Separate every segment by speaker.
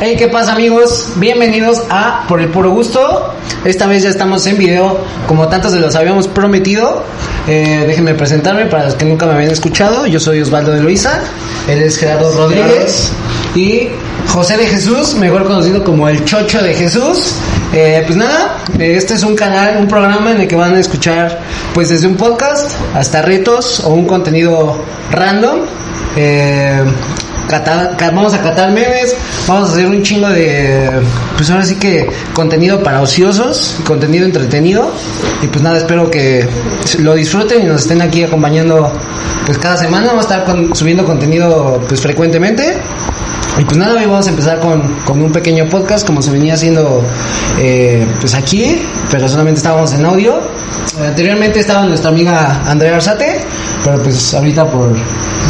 Speaker 1: Hey, ¿qué pasa amigos? Bienvenidos a Por el Puro Gusto. Esta vez ya estamos en video como tantos se los habíamos prometido. Eh, déjenme presentarme para los que nunca me habían escuchado. Yo soy Osvaldo de Luisa, él es Gerardo Rodríguez y José de Jesús, mejor conocido como el Chocho de Jesús. Eh, pues nada, eh, este es un canal, un programa en el que van a escuchar pues desde un podcast hasta retos o un contenido random. Eh, catar- ca- vamos a catar memes, vamos a hacer un chingo de, pues ahora sí que contenido para ociosos, contenido entretenido y pues nada, espero que lo disfruten y nos estén aquí acompañando pues cada semana, vamos a estar con- subiendo contenido pues frecuentemente. Y pues nada, hoy vamos a empezar con, con un pequeño podcast como se venía haciendo eh, pues aquí, pero solamente estábamos en audio. Eh, Anteriormente estaba nuestra amiga Andrea Arzate, pero pues ahorita por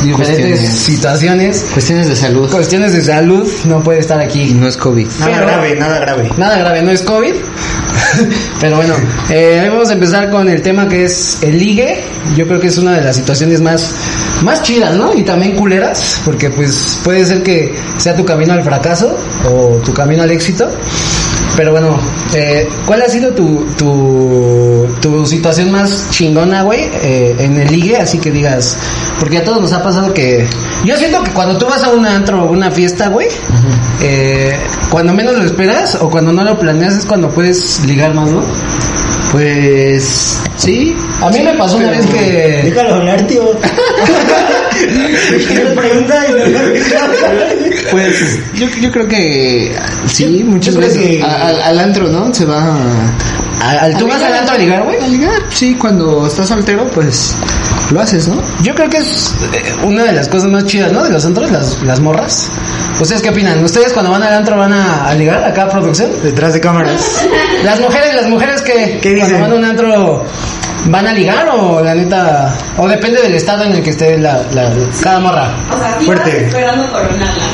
Speaker 1: diferentes
Speaker 2: Cuestiones.
Speaker 1: situaciones,
Speaker 2: Cuestiones de salud.
Speaker 1: cuestiones de salud, no puede estar
Speaker 2: Y
Speaker 1: aquí.
Speaker 2: no es COVID.
Speaker 1: Nada grave,
Speaker 3: nada grave.
Speaker 1: Nada grave, no es COVID. Pero bueno, eh, hoy vamos a empezar con el tema que es el ligue. Yo creo que es una de las situaciones más, más chidas, ¿no? Y también culeras, porque pues puede ser que sea tu camino al fracaso o tu camino al éxito. Pero bueno, eh, ¿cuál ha sido tu, tu, tu situación más chingona, güey, eh, en el ligue? Así que digas, porque a todos nos ha pasado que... Yo siento que cuando tú vas a un antro o una fiesta, güey, eh, cuando menos lo esperas o cuando no lo planeas es cuando puedes ligar más, ¿no?
Speaker 2: Pues sí.
Speaker 1: A mí me pasó una vez que...
Speaker 3: Déjalo hablar, tío. Me pregunta y no me deja hablar.
Speaker 2: Pues yo, yo creo que sí,
Speaker 3: Yo-
Speaker 2: muchas
Speaker 3: yo creo
Speaker 2: veces.
Speaker 3: que-
Speaker 2: a- al- al antro, ¿no? Se va a...
Speaker 1: al- al- ¿Tú vas al antro a ligar, güey?
Speaker 2: A ligar, sí. Cuando estás soltero, pues lo haces, ¿no?
Speaker 1: Yo creo que es eh, una de las cosas más chidas, ¿no? De los antros, las, las morras. ¿Ustedes qué opinan? ¿Ustedes cuando van al antro van a, a ligar acá a producción?
Speaker 3: Detrás de cámaras.
Speaker 1: Las mujeres, las mujeres que
Speaker 3: ¿Qué dicen?
Speaker 1: cuando van a un antro van a ligar o la neta... O depende del estado en el que esté la, la- cada morra.
Speaker 4: O sea, sí
Speaker 3: Fuerte.
Speaker 4: vas esperando coronarla.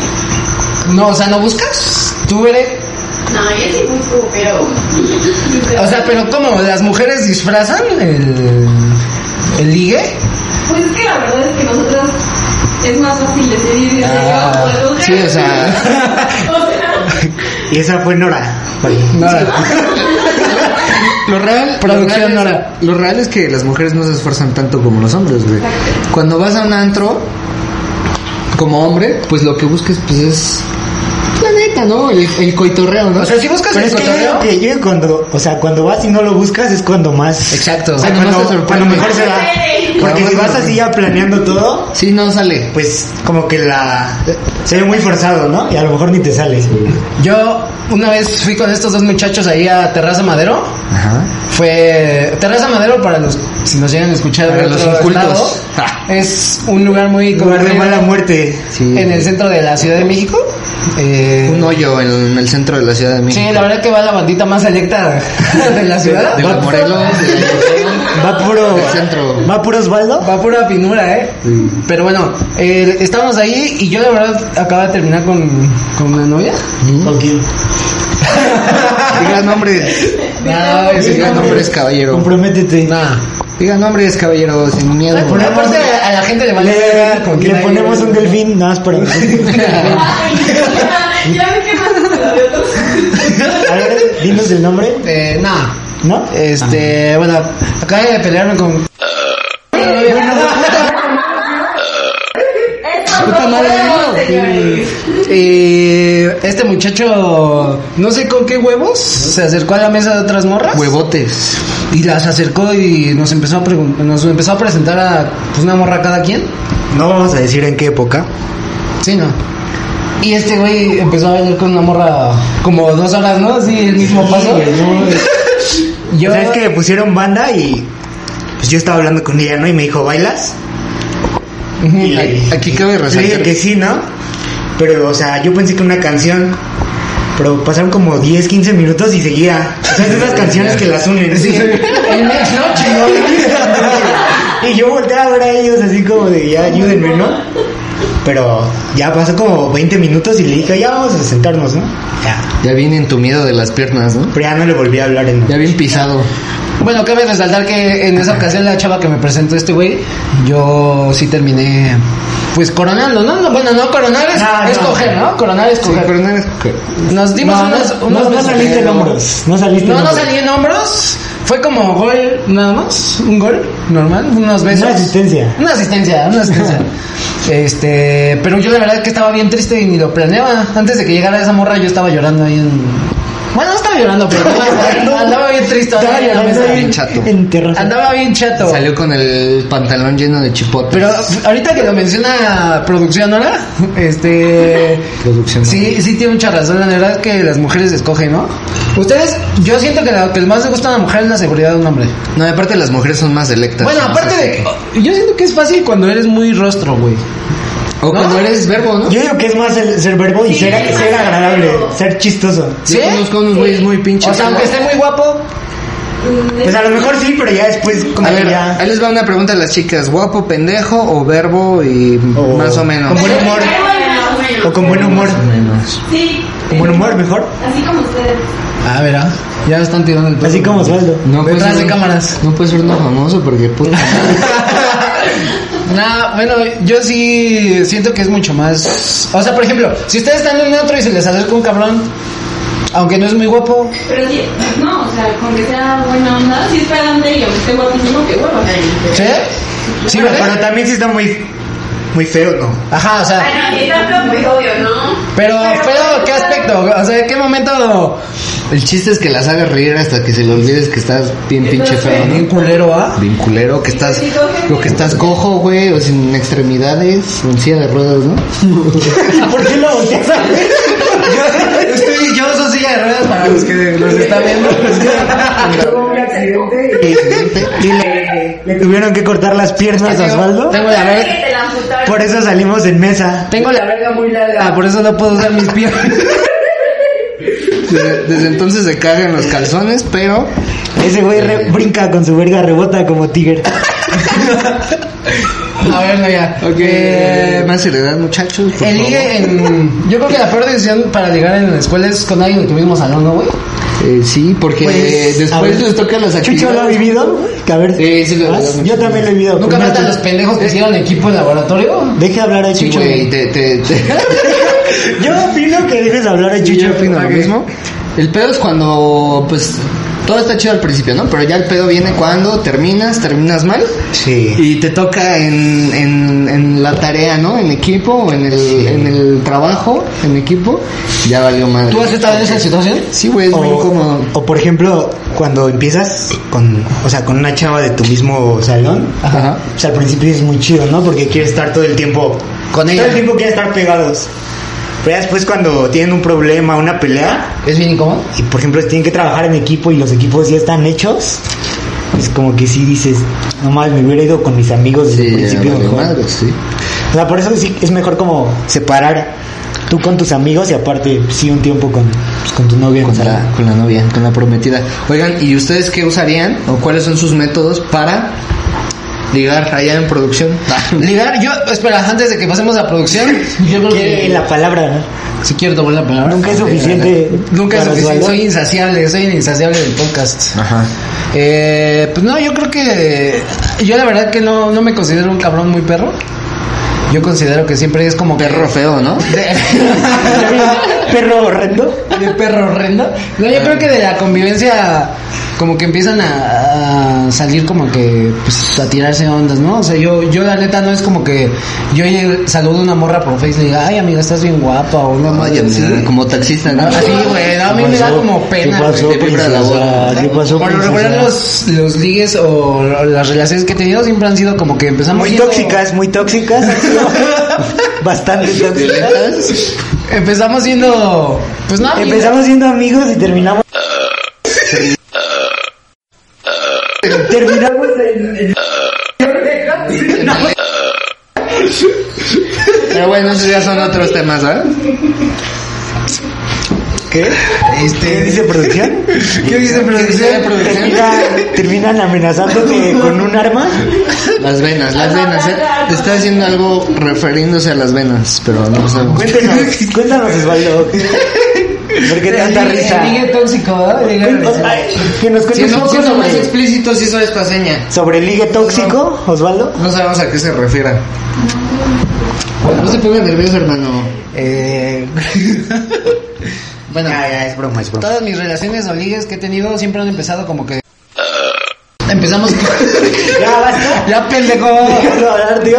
Speaker 1: No, o sea, ¿no buscas? ¿Tú, eres
Speaker 4: No, yo sí busco, pero.
Speaker 1: O sea, pero ¿cómo? ¿Las mujeres disfrazan el, el ligue?
Speaker 4: Pues es que la verdad es que nosotros es más fácil decidir si
Speaker 1: Ah,
Speaker 4: ah, o
Speaker 1: sí, o sea.
Speaker 4: o sea,
Speaker 3: Y esa fue Nora.
Speaker 1: No,
Speaker 2: Lo real,
Speaker 1: Producción
Speaker 2: lo real,
Speaker 1: Nora.
Speaker 2: es, lo real es que las mujeres no se esfuerzan tanto como los hombres, güey.
Speaker 4: Exacto.
Speaker 2: Cuando vas a un antro, como hombre, pues lo que busques pues es la neta, ¿no? El, el coitorreo, ¿no?
Speaker 1: o sea, si buscas
Speaker 3: Pero
Speaker 1: el
Speaker 3: es que yo
Speaker 1: cotorreo...
Speaker 3: creo que yo cuando, o sea, cuando vas y no lo buscas es cuando más.
Speaker 1: Exacto.
Speaker 3: O sea,
Speaker 2: Cuando más te
Speaker 3: cuando,
Speaker 2: sorprende.
Speaker 3: cuando mejor se da.
Speaker 4: Sí.
Speaker 3: Porque
Speaker 2: Cuando
Speaker 3: si
Speaker 2: más
Speaker 3: vas
Speaker 2: te
Speaker 3: así ya planeando todo,
Speaker 2: sí, no sale.
Speaker 3: pues como que la. Se ve muy forzado, ¿no? Y a lo mejor ni te sale.
Speaker 1: Yo una vez fui con estos dos muchachos ahí a Terraza Madero.
Speaker 2: Ajá.
Speaker 1: Fue Terraza Madero para los si nos llegan a escuchar
Speaker 2: Para
Speaker 1: de
Speaker 2: los
Speaker 1: otro
Speaker 2: incultos.
Speaker 1: lado,
Speaker 2: Ah.
Speaker 1: es un lugar muy
Speaker 3: Lugar de
Speaker 1: concurrido
Speaker 3: mala muerte.
Speaker 2: Sí.
Speaker 1: en el centro de la Ciudad de México. Eh,
Speaker 2: un hoyo en, el centro de la Ciudad de
Speaker 1: sí,
Speaker 2: México.
Speaker 1: la verdad que va la bandita más selecta de la ciudad.
Speaker 2: De
Speaker 1: va,
Speaker 2: los Morelos, de
Speaker 3: Va puro.
Speaker 2: El centro.
Speaker 3: Va puro Osvaldo.
Speaker 1: va pura finura, eh. Pero bueno, eh, estábamos ahí y yo la verdad acababa de terminar con, con una novia.
Speaker 3: ¿Con quién?
Speaker 2: Diga nombres.
Speaker 1: Nada, ese
Speaker 2: Diga
Speaker 1: gran hombre.
Speaker 2: nombres, caballero.
Speaker 3: Comprométete.
Speaker 1: Nada.
Speaker 2: Diga nombres, caballero, sin miedo.
Speaker 1: Por una parte a la gente le vale
Speaker 3: Le,
Speaker 1: verga con quién
Speaker 3: le
Speaker 1: hay-
Speaker 3: ponemos un delfín nada más para
Speaker 4: Ay, ya- ya me quemaste con la de otros.
Speaker 3: A ver, dinos el nombre,
Speaker 1: Eh, nada.
Speaker 3: ¿no?
Speaker 1: Este, bueno, acabé de pelearme con.
Speaker 4: Esto
Speaker 1: Puta
Speaker 4: no
Speaker 1: madre,
Speaker 4: podemos,
Speaker 1: no.
Speaker 4: señores.
Speaker 1: Eh, este muchacho, no sé con qué huevos, se acercó a la mesa de otras morras
Speaker 2: Huevotes.
Speaker 1: y las acercó y nos empezó a pregun- nos empezó a presentar a pues, una morra cada quien.
Speaker 3: No vamos a decir en qué época.
Speaker 1: Sí, no. Y este güey empezó a bailar con una morra como dos horas, ¿no? Así el mismo paso.
Speaker 3: Yo...
Speaker 1: Yo,
Speaker 3: ¿Sabes que pusieron banda y pues yo estaba hablando con ella, ¿no? Y me dijo, ¿bailas?
Speaker 1: Ujú.
Speaker 3: Y le-
Speaker 2: Aquí cabe
Speaker 3: le dije
Speaker 2: resaltar.
Speaker 3: que sí, ¿no? Pero, o sea, yo pensé que una canción. Pero pasaron como 10, 15 minutos y seguía. O sea, es de esas canciones que las unen.
Speaker 1: El next no, chingón.
Speaker 3: Y yo volteaba a ver a ellos así como de, ya, ayúdenme, ¿no? Pero ya pasó como 20 minutos y le dije, ya vamos a sentarnos, ¿no? Ya.
Speaker 2: Ya bien entumido de las piernas, ¿no?
Speaker 3: Pero ya no le volví a hablar en...
Speaker 2: Ya bien pisado.
Speaker 1: Bueno, cabe resaltar que en esa ocasión la chava que me presentó este güey, yo sí terminé pues coronando, ¿no? No, bueno, no coronar es,
Speaker 3: Ah,
Speaker 1: es
Speaker 3: no.
Speaker 1: coger, ¿no? Coronar es coger.
Speaker 2: Pero no eres que-
Speaker 1: Nos dimos
Speaker 3: No, no,
Speaker 1: unos,
Speaker 3: no,
Speaker 1: unos
Speaker 3: no saliste en
Speaker 1: besos.
Speaker 3: hombros. No saliste
Speaker 1: No,
Speaker 3: en
Speaker 1: no
Speaker 3: hombros.
Speaker 1: salí en hombros. Fue como gol nada más, un gol normal, unos besos.
Speaker 3: Una asistencia.
Speaker 1: Una asistencia, una asistencia. este, pero yo la verdad es que estaba bien triste y ni lo planeaba. Antes de que llegara esa morra yo estaba llorando ahí en... Bueno, no estaba llorando, pero andaba, andaba bien triste.
Speaker 3: Estaba
Speaker 1: andaba en la
Speaker 3: llorando
Speaker 1: mesa.
Speaker 3: ahí
Speaker 2: bien chato.
Speaker 3: En terraza.
Speaker 1: Andaba bien chato.
Speaker 2: Salió con el pantalón lleno de chipotes.
Speaker 1: Pero ahorita que lo menciona producción, ¿ahora? Este...
Speaker 2: Producción.
Speaker 1: Sí, sí tiene mucha razón, la verdad es que las mujeres escogen, ¿no? Ustedes, yo siento que lo que más les gusta a la mujer es la seguridad de un hombre.
Speaker 2: No, y aparte las mujeres son más electas.
Speaker 1: Bueno,
Speaker 2: ¿no?
Speaker 1: aparte
Speaker 2: oh,
Speaker 1: de... Yo siento que es fácil cuando eres muy rostro, güey.
Speaker 2: O
Speaker 1: ¿no?
Speaker 2: cuando eres verbo, ¿no?
Speaker 3: Yo digo que es más el ser verbo y
Speaker 4: Sí,
Speaker 3: ser,
Speaker 4: es más
Speaker 3: ser
Speaker 4: el
Speaker 3: agradable,
Speaker 4: verbo.
Speaker 3: ser chistoso.
Speaker 1: ¿Sí?
Speaker 2: Yo conozco unos güeyes muy pinches.
Speaker 1: O sea, aunque esté muy guapo, Mm,
Speaker 3: Pues a lo mejor sí, pero ya después como
Speaker 2: A
Speaker 3: que
Speaker 2: ver,
Speaker 3: ya...
Speaker 2: ahí les va una pregunta a las chicas. ¿Guapo, pendejo o verbo y
Speaker 3: O-
Speaker 2: más o menos?
Speaker 3: Con buen humor. O con buen humor.
Speaker 2: Más o menos.
Speaker 4: Sí.
Speaker 3: Con buen humor mejor.
Speaker 4: Así como ustedes.
Speaker 1: Ah, verá. Ya están tirando el pedo.
Speaker 3: Así como sueldo.
Speaker 2: No
Speaker 1: Detrás
Speaker 2: puede ser-
Speaker 1: de cámaras.
Speaker 2: No puede ser uno famoso porque pues, puta.
Speaker 1: Nah, bueno, yo sí siento que es mucho más. O sea, por ejemplo, si ustedes están en otro y se les acerca un cabrón, aunque no es muy guapo,
Speaker 4: Pero sí, no, o sea, con que sea buena onda, sí es para donde y aunque esté guapísimo, que huevo.
Speaker 1: ¿sí? Sí,
Speaker 3: pero,
Speaker 1: ¿verdad?
Speaker 3: pero también sí está muy, muy feo, ¿no?
Speaker 1: Ajá, o sea.
Speaker 4: Ay, no, tampoco muy obvio, ¿no?
Speaker 1: Pero, pero, ¿qué aspecto? O sea, ¿en qué momento
Speaker 2: El chiste es que las hagas reír hasta que se le olvides que estás bien pinche feo,
Speaker 1: bien
Speaker 2: ¿no?
Speaker 1: culero, ah?
Speaker 2: Bien culero, que estás. Lo que estás cojo, güey, o sin extremidades, o en silla de ruedas, ¿no?
Speaker 3: ¿Por qué lo volteas a ver?
Speaker 1: Estoy, yo uso silla de ruedas para los que nos están viendo.
Speaker 3: Tuvo un accidente y, y le, le tuvieron que cortar las piernas a Osvaldo.
Speaker 1: Tengo la verga.
Speaker 4: Que te la amputaron.
Speaker 3: Por eso salimos en mesa.
Speaker 1: Tengo la verga muy
Speaker 2: Ah,
Speaker 1: larga, por eso no puedo usar mis piernas.
Speaker 2: Desde, desde entonces se cagan los calzones, pero.
Speaker 3: Ese güey re- brinca con su verga, rebota como tigre.
Speaker 1: A ver, no, ya.
Speaker 2: Ok,
Speaker 1: Eh,
Speaker 2: más seriedad, muchachos. por
Speaker 1: El
Speaker 2: favor.
Speaker 1: ligue en. Yo creo que la peor decisión para ligar en la escuela es con alguien de tu mismo salón, ¿no, güey?
Speaker 2: Eh, sí, porque
Speaker 3: Pues, a
Speaker 2: después
Speaker 3: ver.
Speaker 2: les tocan las actividades.
Speaker 3: Chucho lo ha vivido. Que a ver,
Speaker 2: Sí, sí lo he
Speaker 3: ¿más?
Speaker 2: vivido.
Speaker 3: yo también lo he vivido.
Speaker 1: Nunca
Speaker 3: Primero
Speaker 1: faltan
Speaker 3: tú.
Speaker 1: los pendejos que hicieron equipo en laboratorio.
Speaker 3: Deje hablar a
Speaker 2: Sí,
Speaker 3: Chucho.
Speaker 2: güey, te- te- te-
Speaker 3: Yo opino que dejes hablar a
Speaker 2: Yo
Speaker 3: Chucho.
Speaker 2: opino lo
Speaker 1: Ok.
Speaker 2: mismo. El pedo es cuando, pues, todo está chido al principio, ¿no? Pero ya el pedo viene cuando terminas, terminas mal.
Speaker 3: Sí.
Speaker 2: Y te toca en, en, en la tarea, ¿no? En equipo, o en el, en el trabajo, en equipo. Ya valió madre.
Speaker 1: ¿Tú has estado en esa situación?
Speaker 2: Sí, güey, es muy incómodo.
Speaker 3: o por ejemplo, cuando empiezas con, o sea, con una chava de tu mismo salón,
Speaker 2: Ajá.
Speaker 3: O sea, al principio es muy chido, ¿no? Porque quieres estar todo el tiempo
Speaker 1: Con ella.
Speaker 3: Todo el tiempo quieres estar pegados. Pero ya después cuando tienen un problema, una pelea,
Speaker 1: Es bien incómodo.
Speaker 3: y por ejemplo tienen que trabajar en equipo y los equipos ya están hechos, es como que sí dices, nomás me hubiera ido con mis amigos desde el
Speaker 2: Sí, ya
Speaker 3: principio.
Speaker 2: valió
Speaker 3: mejor".
Speaker 2: madre, sí.
Speaker 3: O sea, por eso sí es mejor como separar tú con tus amigos y aparte sí un tiempo con, pues, con tu novia.
Speaker 2: Con
Speaker 3: ¿no?
Speaker 2: la, con la novia, con la prometida. Oigan, ¿y ustedes qué usarían o cuáles son sus métodos para ligar allá en producción?
Speaker 1: Ligar, yo, espera, antes de que pasemos a producción, yo creo
Speaker 3: Que
Speaker 1: que.
Speaker 3: la palabra, ¿no?
Speaker 1: Si quiero tomar la palabra.
Speaker 3: Nunca es suficiente.
Speaker 1: Nunca es
Speaker 3: para Ah.
Speaker 1: suficiente,
Speaker 3: Osvaldo.
Speaker 1: soy insaciable, soy el insaciable del podcast.
Speaker 2: Ajá.
Speaker 1: Eh, pues no, yo creo que. Yo la verdad que no, no me considero un cabrón muy perro. Yo considero que siempre es como que-
Speaker 2: Perro feo, ¿no?
Speaker 3: Perro horrendo.
Speaker 1: de perro horrendo. No, yo creo que de la convivencia como que empiezan a, a salir como que pues a tirarse ondas, ¿no? O sea, yo yo la neta no es como que yo llegue- saludo a una morra por Facebook y diga, "Ay, amiga, estás bien guapa" o no
Speaker 2: Ay,
Speaker 1: mames.
Speaker 2: sí, como taxista, ¿no?
Speaker 1: Así, Ah, güey, no, a mí me da como pena.
Speaker 3: ¿Qué pasó,
Speaker 1: güey.
Speaker 2: güey, te vibra la
Speaker 3: princesa? Ah,
Speaker 2: boca.
Speaker 3: ¿Qué pasó,
Speaker 1: Por lo regular
Speaker 3: princesa?
Speaker 1: los, los ligues o las relaciones que he tenido siempre han sido como que empezamos
Speaker 3: Muy
Speaker 1: siendo-
Speaker 3: tóxicas, muy tóxicas. han sido Bastante tóxicas.
Speaker 2: Violetas.
Speaker 1: Empezamos siendo pues no,
Speaker 3: Empezamos siendo amigos y terminamos. Terminamos en. en-
Speaker 2: Pero bueno, esos ya son otros temas, ¿ah?
Speaker 1: ¿Qué?
Speaker 3: ¿Qué
Speaker 1: Este,
Speaker 3: dice producción?
Speaker 1: ¿Qué dice producción?
Speaker 3: Termina- Terminan amenazándote con un arma.
Speaker 2: Las venas, las venas. eh. Está haciendo algo refiriéndose a las venas, pero no sabemos.
Speaker 3: Cuéntanos, cuéntanos, Osvaldo. ¿Por qué tanta
Speaker 1: El-
Speaker 3: risa?
Speaker 1: El ligue tóxico, ¿verdad? El ligue
Speaker 3: Cuéntanos,
Speaker 1: tóxico.
Speaker 3: ay, Que nos
Speaker 2: Si
Speaker 3: cuentes un
Speaker 2: no,
Speaker 3: poco
Speaker 2: siendo más
Speaker 3: sobre,
Speaker 2: explícito, sí sabes paseña.
Speaker 3: sobre el ligue tóxico, Osvaldo.
Speaker 2: No sabemos a qué se refiere. No se ponga nervioso, hermano.
Speaker 1: Eh,
Speaker 2: Bueno,
Speaker 3: ya, es broma, es
Speaker 1: todas mis relaciones o ligues que he tenido siempre han empezado como que...
Speaker 2: empezamos.
Speaker 3: Ya basta.
Speaker 1: ¡Ya, pendejo!
Speaker 3: Deja de hablar, tío.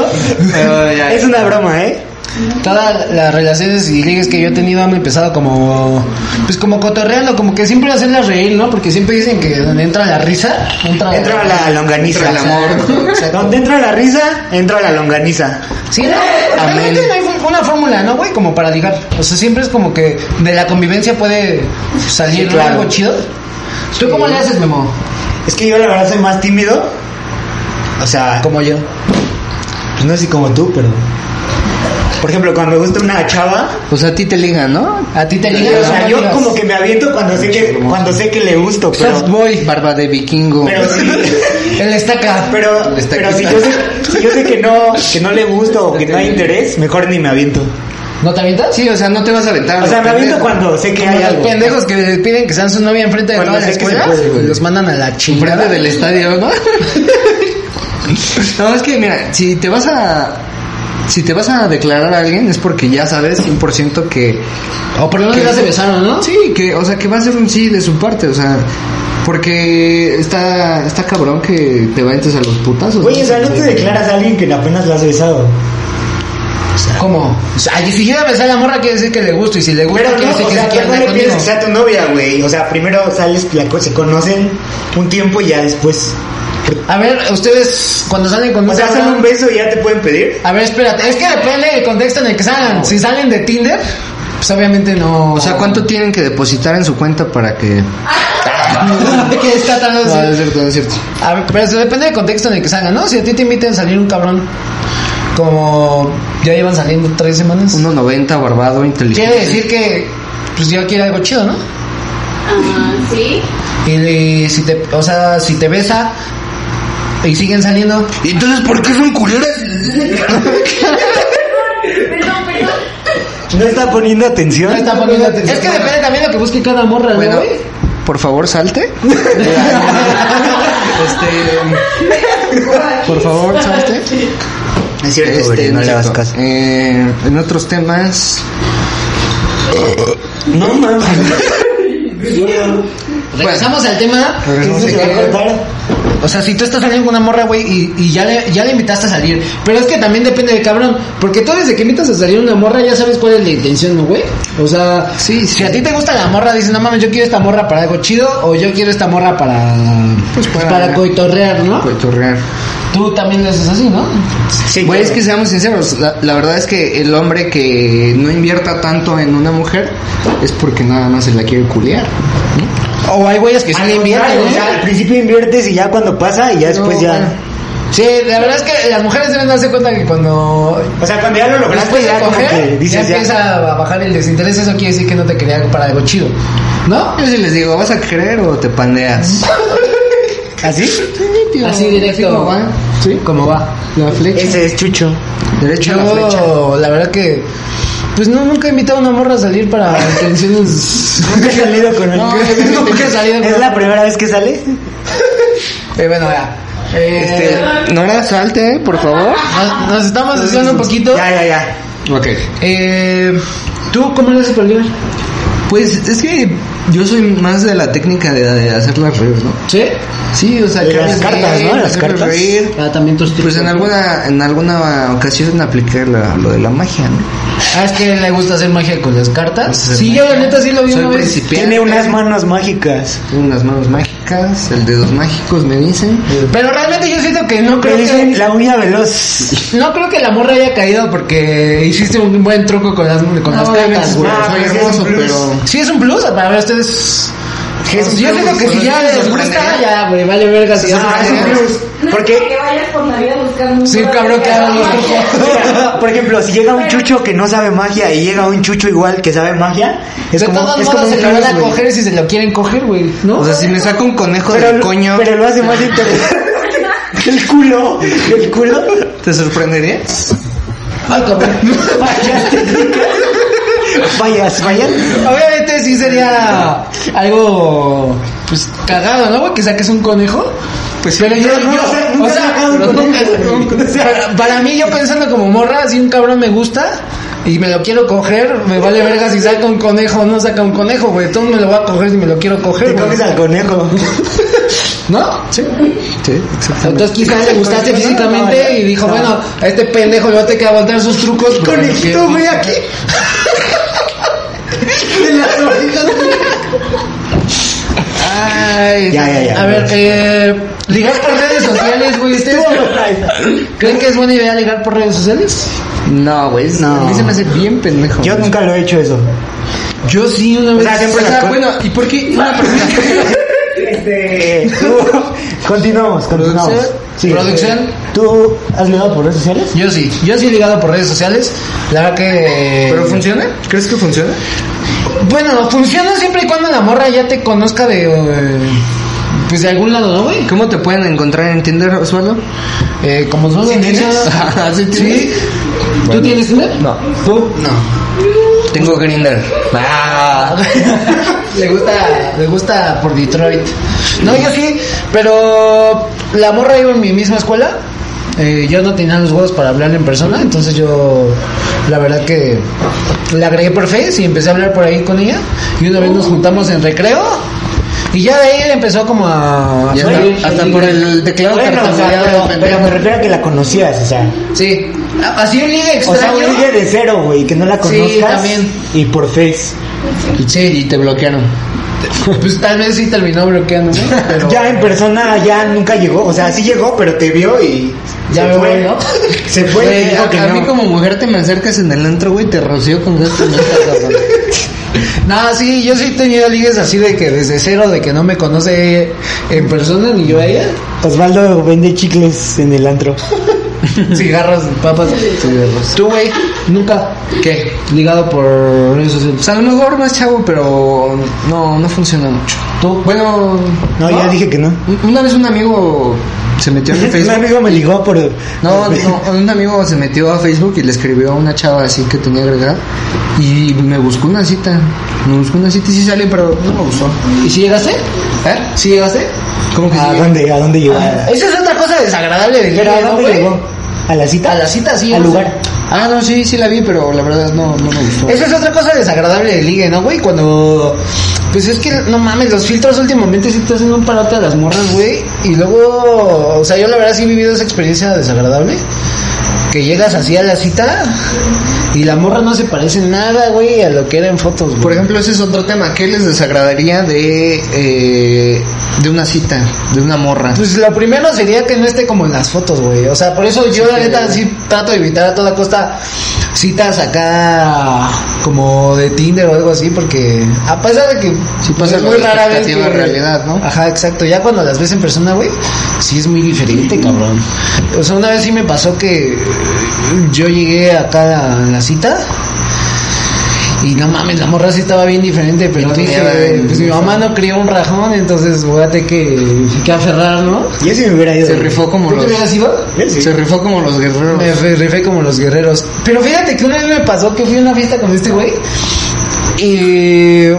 Speaker 2: Pero ya.
Speaker 3: Es una broma, ¿eh?
Speaker 1: Todas las relaciones y ligues que yo he tenido han empezado como... Pues como cotorreando, como que siempre hacerlas reír, ¿no? Porque siempre dicen que donde entra la risa, entra...
Speaker 3: Entra la longaniza.
Speaker 2: Entra el amor.
Speaker 3: O sea, donde entra la risa, entra la longaniza.
Speaker 1: Sí, no, realmente no hay fu- una fórmula, ¿no, güey? Como para ligar. O sea, siempre es como que de la convivencia puede salir
Speaker 3: Sí, claro.
Speaker 1: algo chido. ¿Tú cómo le haces, Memo?
Speaker 3: Es que yo la verdad soy más tímido. O sea,
Speaker 1: Como yo.
Speaker 3: pues no sé si como tú, pero. Por ejemplo, cuando me gusta una chava,
Speaker 2: Pues a ti te ligan, ¿no?
Speaker 1: A ti te
Speaker 3: o
Speaker 1: ligas.
Speaker 3: sea,
Speaker 1: ¿no?
Speaker 3: yo
Speaker 1: Ligas.
Speaker 3: como que me aviento cuando sé que cuando sé que le gusto,
Speaker 2: Pues
Speaker 3: pero
Speaker 1: Soft boy.
Speaker 2: Barba de vikingo.
Speaker 3: pero sí,
Speaker 1: El estaca.
Speaker 3: pero
Speaker 2: Está
Speaker 3: pero
Speaker 2: aquí.
Speaker 3: si yo sé, si yo sé que no que no le gusto o que no hay interés, mejor ni me aviento.
Speaker 1: ¿No te avientas?
Speaker 2: Sí, o sea, no te vas a aventar.
Speaker 3: O sea, me aviento cuando sé que
Speaker 1: Como
Speaker 3: hay
Speaker 1: los
Speaker 3: algo.
Speaker 1: pendejos que les piden que sean su novia enfrente de
Speaker 3: Bueno,
Speaker 1: toda la
Speaker 3: sé que se
Speaker 1: escuela.
Speaker 3: puede, güey.
Speaker 1: los mandan a la chingada.
Speaker 2: Enfrente del estadio, ¿no? no, es que mira, si te vas a. Si te vas a declarar a alguien es porque ya sabes 100% que
Speaker 1: O por lo menos
Speaker 2: Que-
Speaker 1: ya se besaron, ¿no?
Speaker 2: Sí, que, o sea, que va a ser un sí de su parte, o sea, porque está, está cabrón que te vayas a los putazos.
Speaker 3: Oye, o sea, no te declaras a alguien que apenas la has besado.
Speaker 1: ¿Cómo? O sea, y si llega a besar a la morra, quiere decir que le gusta. Y si le gusta,
Speaker 3: Pero
Speaker 1: quiere
Speaker 3: no,
Speaker 1: decir
Speaker 3: o
Speaker 1: que
Speaker 3: sea,
Speaker 1: sí quiere
Speaker 3: no le
Speaker 1: andar
Speaker 3: pides que
Speaker 1: conmigo.
Speaker 3: sea tu novia, güey. O sea, primero sales, la co- se conocen un tiempo y ya después.
Speaker 1: A ver, ustedes, cuando salen con
Speaker 3: O sea,
Speaker 1: morra-
Speaker 3: hacen un beso y ya te pueden pedir.
Speaker 1: A ver, espérate, es que depende del contexto en el que salgan. Si salen de Tinder, pues obviamente no.
Speaker 2: O sea, ¿cuánto tienen que depositar en su cuenta para que...
Speaker 1: Ah,
Speaker 3: Ah.
Speaker 1: ¿Qué está tan
Speaker 2: No, es cierto, no es cierto.
Speaker 1: A ver, pero eso depende del contexto en el que salgan, ¿no? Si a ti te invitan a salir un cabrón, como ya llevan saliendo tres semanas,
Speaker 2: 1.90, barbado, inteligente.
Speaker 1: quiere decir que pues yo quiero algo chido, ¿no?
Speaker 4: Ah, sí.
Speaker 1: Y, y si te, o sea, si te besa y siguen saliendo,
Speaker 2: ¿Y entonces por qué son culeras?
Speaker 4: Perdón, perdón.
Speaker 3: No está poniendo atención.
Speaker 1: no están poniendo atención. Es que depende también de lo que busque cada morra, ¿no,
Speaker 2: Bueno,
Speaker 1: güey?
Speaker 2: por favor, salte. este... Por favor, salte.
Speaker 3: Es cierto,
Speaker 2: Este,
Speaker 3: güey, no
Speaker 2: es
Speaker 3: le hagas
Speaker 2: cierto.
Speaker 3: caso.
Speaker 2: Eh, en otros temas...
Speaker 3: No mames.
Speaker 1: Regresamos al tema.
Speaker 3: Eso
Speaker 1: Este,
Speaker 3: se va a cortar.
Speaker 1: O sea, si tú estás saliendo con una morra, güey, y, y ya, le, ya le invitaste a salir. Pero es que también depende del cabrón. Porque tú desde que invitas a salir a una morra ya sabes cuál es la intención, ¿no, güey? O sea,
Speaker 2: Sí, sí.
Speaker 1: si a ti te gusta la morra, dices, no mames, yo quiero esta morra para algo chido o yo quiero esta morra para.
Speaker 2: Pues
Speaker 1: pues,
Speaker 2: para- Pues.
Speaker 1: para coitorrear, ¿no?
Speaker 2: Coiturrear.
Speaker 1: Tú también lo haces así, ¿no?
Speaker 3: Sí,
Speaker 2: Güey, es
Speaker 3: claro.
Speaker 2: que seamos sinceros, la, la verdad es que el hombre que no invierta tanto en una mujer es porque nada más se la quiere culear.
Speaker 1: O hay güeyes que sí
Speaker 3: Al
Speaker 1: le invierten,
Speaker 3: contrario, o
Speaker 1: ¿eh?
Speaker 3: sea, al principio inviertes y ya cuando pasa y ya después
Speaker 2: No,
Speaker 3: Pues ya.
Speaker 2: bueno.
Speaker 1: Sí, la verdad es que las mujeres deben darse cuenta que cuando.
Speaker 3: O sea, cuando ya lo
Speaker 1: Después
Speaker 3: lograste
Speaker 1: de
Speaker 3: ya como que
Speaker 1: coger, ya
Speaker 3: dices ya.
Speaker 1: empieza a bajar el desinterés. Eso quiere decir que no te quería para algo chido, ¿no?
Speaker 2: Yo sí les digo, ¿vas a querer o te pandeas?
Speaker 1: ¿Así?
Speaker 2: tío.
Speaker 1: Así directo.
Speaker 2: ¿Cómo va?
Speaker 1: ¿Sí? ¿Cómo va?
Speaker 2: La flecha.
Speaker 3: Ese es Chucho.
Speaker 2: Derecho a la flecha.
Speaker 1: Yo, la verdad que... Pues no, nunca he invitado a una morra a salir para intenciones...
Speaker 3: Nunca he salido con él.
Speaker 1: No, nunca he salido con
Speaker 3: ¿Es la
Speaker 1: él.
Speaker 3: primera vez que sale?
Speaker 1: Eh, bueno, ya. Eh,
Speaker 2: Este, Nora, salte, por favor.
Speaker 1: nos, nos estamos desviando un poquito.
Speaker 3: Ya, ya, ya.
Speaker 2: Ok.
Speaker 1: Eh, ¿Tú cómo le haces para ligar?
Speaker 2: Pues es que yo soy más de la técnica de, de hacer las redes, ¿no?
Speaker 1: ¿Sí?
Speaker 2: Sí, o sea,
Speaker 3: De
Speaker 2: que
Speaker 3: las
Speaker 2: hables
Speaker 3: cartas, ¿no? De las
Speaker 2: hacerles
Speaker 3: cartas.
Speaker 2: reír.
Speaker 1: Ah, también tus
Speaker 2: Pues
Speaker 1: tips.
Speaker 2: en alguna, en alguna ocasión apliqué la- lo de la magia, ¿no?
Speaker 1: Ah, es que le gusta hacer magia con las cartas.
Speaker 2: Hacer
Speaker 1: Sí, yo la neta sí lo vi
Speaker 2: Soy
Speaker 1: una vez.
Speaker 2: principiante.
Speaker 3: Tiene unas manos mágicas.
Speaker 2: Tiene unas manos mágicas, el dedos mágicos me dicen.
Speaker 1: Pero realmente yo siento que no creo
Speaker 3: Pero
Speaker 1: que...
Speaker 3: dicen la uña veloz.
Speaker 1: No creo que la morra haya caído porque hiciste un buen truco con las, con las
Speaker 2: obviamente
Speaker 1: cartas,
Speaker 2: es-
Speaker 1: güey.
Speaker 3: Ah,
Speaker 2: soy
Speaker 3: pues,
Speaker 2: hermoso,
Speaker 3: es un plus.
Speaker 2: pero
Speaker 1: Sí, es un plus para ver ustedes
Speaker 3: Jesús,
Speaker 1: yo
Speaker 3: creo
Speaker 1: digo que si ya les gusta, ya, güey, vale verga. si ya-
Speaker 3: Ah, es un plus.
Speaker 4: No es
Speaker 3: Porque
Speaker 4: que vayas por la vida buscando.
Speaker 1: Sí, cabrón, que hagan los ojos.
Speaker 3: Mira, Por ejemplo, si llega un chucho que no sabe magia y llega un chucho igual que sabe magia, es
Speaker 1: de
Speaker 3: como,
Speaker 1: todas
Speaker 3: es
Speaker 1: modas
Speaker 3: como
Speaker 1: se
Speaker 3: un
Speaker 1: lo van
Speaker 3: plus,
Speaker 1: a
Speaker 3: güey.
Speaker 1: coger si se lo quieren coger, güey, ¿no?
Speaker 2: O sea, si me saca un conejo del
Speaker 3: lo-
Speaker 2: coño,
Speaker 3: pero lo hace más interesante. El culo, el culo.
Speaker 2: ¿te sorprenderías?
Speaker 1: Ay, cabrón.
Speaker 3: Vaya, técnicas. Vayas, vayas.
Speaker 1: Obviamente sí sería algo pues cagado, ¿no? güey? Que saques un conejo. Pues pero yo,
Speaker 3: no,
Speaker 1: yo-
Speaker 3: o sea, nunca
Speaker 1: o
Speaker 3: he
Speaker 1: sea,
Speaker 3: sacado un
Speaker 1: pero
Speaker 3: conejo,
Speaker 1: nunca-
Speaker 3: güey.
Speaker 1: nunca- o sea, para, para mí yo pensando como morra, si un cabrón me gusta y me lo quiero coger, me vale verga si saca un conejo o no saca un conejo, güey. Todo me lo voy a coger si me lo quiero coger,
Speaker 3: Te
Speaker 1: güey.
Speaker 3: coges al conejo.
Speaker 1: ¿no? Sí.
Speaker 3: Sí,
Speaker 1: Entonces quizás le gustaste
Speaker 3: Conejo, no,
Speaker 1: físicamente
Speaker 3: no,
Speaker 1: y dijo,
Speaker 3: no.
Speaker 1: bueno, a este pendejo le va a tener que aguantar sus trucos. güey,
Speaker 3: Conejito,
Speaker 1: porque-
Speaker 3: güey, aquí. En las orejas.
Speaker 1: Ay,
Speaker 3: Ya, ya, ya.
Speaker 1: A ver, eh, ligar por redes sociales, güey. ¿Ustedes creen que es buena idea ligar por redes sociales?
Speaker 2: No, güey,
Speaker 3: No.
Speaker 2: A mí se me hace bien pendejo.
Speaker 3: Ah. Yo nunca lo he hecho eso.
Speaker 1: Yo sí, una
Speaker 3: O sea, siempre la cu-
Speaker 1: bueno, ¿y por qué una persona?
Speaker 3: Este. continuamos, continuamos.
Speaker 1: Producción. Producción.
Speaker 3: eh, ¿Tú has ligado por redes sociales?
Speaker 1: Yo sí, yo sí he ligado por redes sociales. La verdad que. eh,
Speaker 2: ¿Pero funciona? ¿Crees que funciona?
Speaker 1: Bueno, funciona siempre y cuando la morra ya te conozca de. eh, pues de algún lado, ¿no, güey?
Speaker 2: ¿Cómo te pueden encontrar en Tinder, Osvaldo?
Speaker 1: Eh, como solo
Speaker 2: ¿Sí tienes?
Speaker 1: ¿Sí
Speaker 2: ¿Sí tienes?
Speaker 1: ¿Sí? ¿Tú tienes una?
Speaker 2: No.
Speaker 1: ¿Tú?
Speaker 2: Tengo Grinder. Ah.
Speaker 1: le gusta, le gusta por Detroit. No, yo sí, pero la morra iba en mi misma escuela. eh, yo no tenía los huevos para hablar en persona, entonces yo la verdad que la agregué por Face y empecé a hablar por ahí con ella. Y una vez
Speaker 2: Uh.
Speaker 1: nos juntamos en recreo y ya de ahí empezó como a...
Speaker 2: Y
Speaker 1: a
Speaker 2: hasta,
Speaker 1: salir.
Speaker 2: hasta por el teclado
Speaker 3: Bueno, o sea,
Speaker 2: tartamudeado
Speaker 3: pero,
Speaker 2: del
Speaker 3: pero
Speaker 2: pendejo.
Speaker 3: me refiero a que la conocías, o sea.
Speaker 1: Sí, a- así un ligue
Speaker 3: O sea,
Speaker 1: extraño.
Speaker 3: un ligue de cero, güey, que no la
Speaker 1: Sí,
Speaker 3: conozcas.
Speaker 1: también.
Speaker 3: Y por Face.
Speaker 1: Sí,
Speaker 2: Y te bloquearon.
Speaker 1: pues tal vez sí terminó bloqueándome, pero... eh,
Speaker 3: Ya en persona ya nunca llegó, o sea, sí llegó, pero te vio y
Speaker 1: Ya
Speaker 3: se
Speaker 1: me
Speaker 3: fue,
Speaker 1: voy, ¿no?
Speaker 3: Se fue y
Speaker 2: Güey,
Speaker 3: dijo
Speaker 2: a,
Speaker 3: que
Speaker 2: a mí
Speaker 3: no.
Speaker 2: como mujer te me acercas en el antro, güey, te rocío con esas pendejas, cabrón.
Speaker 1: No, sí, yo sí he tenido ligues así de que desde cero, de que no me conoce en persona ni yo a ella.
Speaker 3: Osvaldo vende chicles en el antro.
Speaker 1: Cigarros, papas, cigarros. Tú, güey, nunca. ¿Qué? Ligado por redes
Speaker 2: O
Speaker 1: sociales.
Speaker 2: sea, a lo mejor más chavo, pero no, no funciona mucho.
Speaker 1: ¿Tú?
Speaker 2: Bueno,
Speaker 3: No, ya dije que no.
Speaker 2: un- una vez un amigo se metió en
Speaker 3: Un
Speaker 2: Facebook.
Speaker 3: amigo me ligó por.
Speaker 2: No, no, un amigo se metió a Facebook y le escribió a una chava así que tenía agregada y me buscó una cita. Me buscó una cita y sí salió, pero no me gustó.
Speaker 1: ¿Y si llegaste?
Speaker 2: ¿Eh?
Speaker 1: ¿Sí llegaste?
Speaker 2: ¿Cómo que
Speaker 3: ¿A
Speaker 2: sí?
Speaker 3: dónde, a dónde llegó? ¿A
Speaker 1: Esa es otra cosa desagradable del
Speaker 3: pero ¿a
Speaker 1: ligue, ¿no,
Speaker 3: dónde
Speaker 1: güey?
Speaker 3: llegó? ¿A la cita?
Speaker 1: A la cita, sí.
Speaker 3: Al
Speaker 1: o sea.
Speaker 3: lugar.
Speaker 2: Ah, no, sí, sí la vi, pero la verdad no, no me gustó.
Speaker 1: Esa es otra cosa desagradable del ligue, ¿no, güey? Cuando... Pues es que, no mames, los filtros últimamente sí te hacen un parote a las morras, güey. Y luego... O sea, yo la verdad sí he vivido esa experiencia desagradable. Que llegas así a la cita y la morra no se parece en nada, güey, a lo que era en fotos, güey.
Speaker 2: Por ejemplo, ese es otro tema. ¿Qué les desagradaría de, eh, de una cita, de una morra?
Speaker 1: Pues lo primero sería que no esté como en las fotos, güey. O sea, por eso yo la neta sí trato de evitar a toda costa citas acá como de Tinder o algo así, porque a pesar de que pues,
Speaker 2: Sí pasa
Speaker 1: es
Speaker 2: lo
Speaker 1: muy
Speaker 2: de
Speaker 1: rara vez
Speaker 2: expectativa
Speaker 1: que-
Speaker 2: realidad, ¿no?
Speaker 1: Ajá, exacto. Ya cuando las ves en persona, güey, sí es muy diferente, cabrón. O sea, una vez sí me pasó que yo llegué acá a la cita. Y no mames, la morra sí estaba bien diferente, pero
Speaker 2: Bien
Speaker 1: dije,
Speaker 2: tuneada y-
Speaker 1: pues mi mamá no crió un rajón, entonces voy a tener que, que aferrar, ¿no?
Speaker 3: Yo sí me hubiera ido.
Speaker 2: Se rifó como
Speaker 1: ¿Tú te
Speaker 2: los...
Speaker 1: hubieras ido?
Speaker 3: Él sí.
Speaker 2: Se rifó como los guerreros.
Speaker 1: Me fe- rifé como los guerreros. Pero fíjate que una vez me pasó que fui a una fiesta con este güey y eh,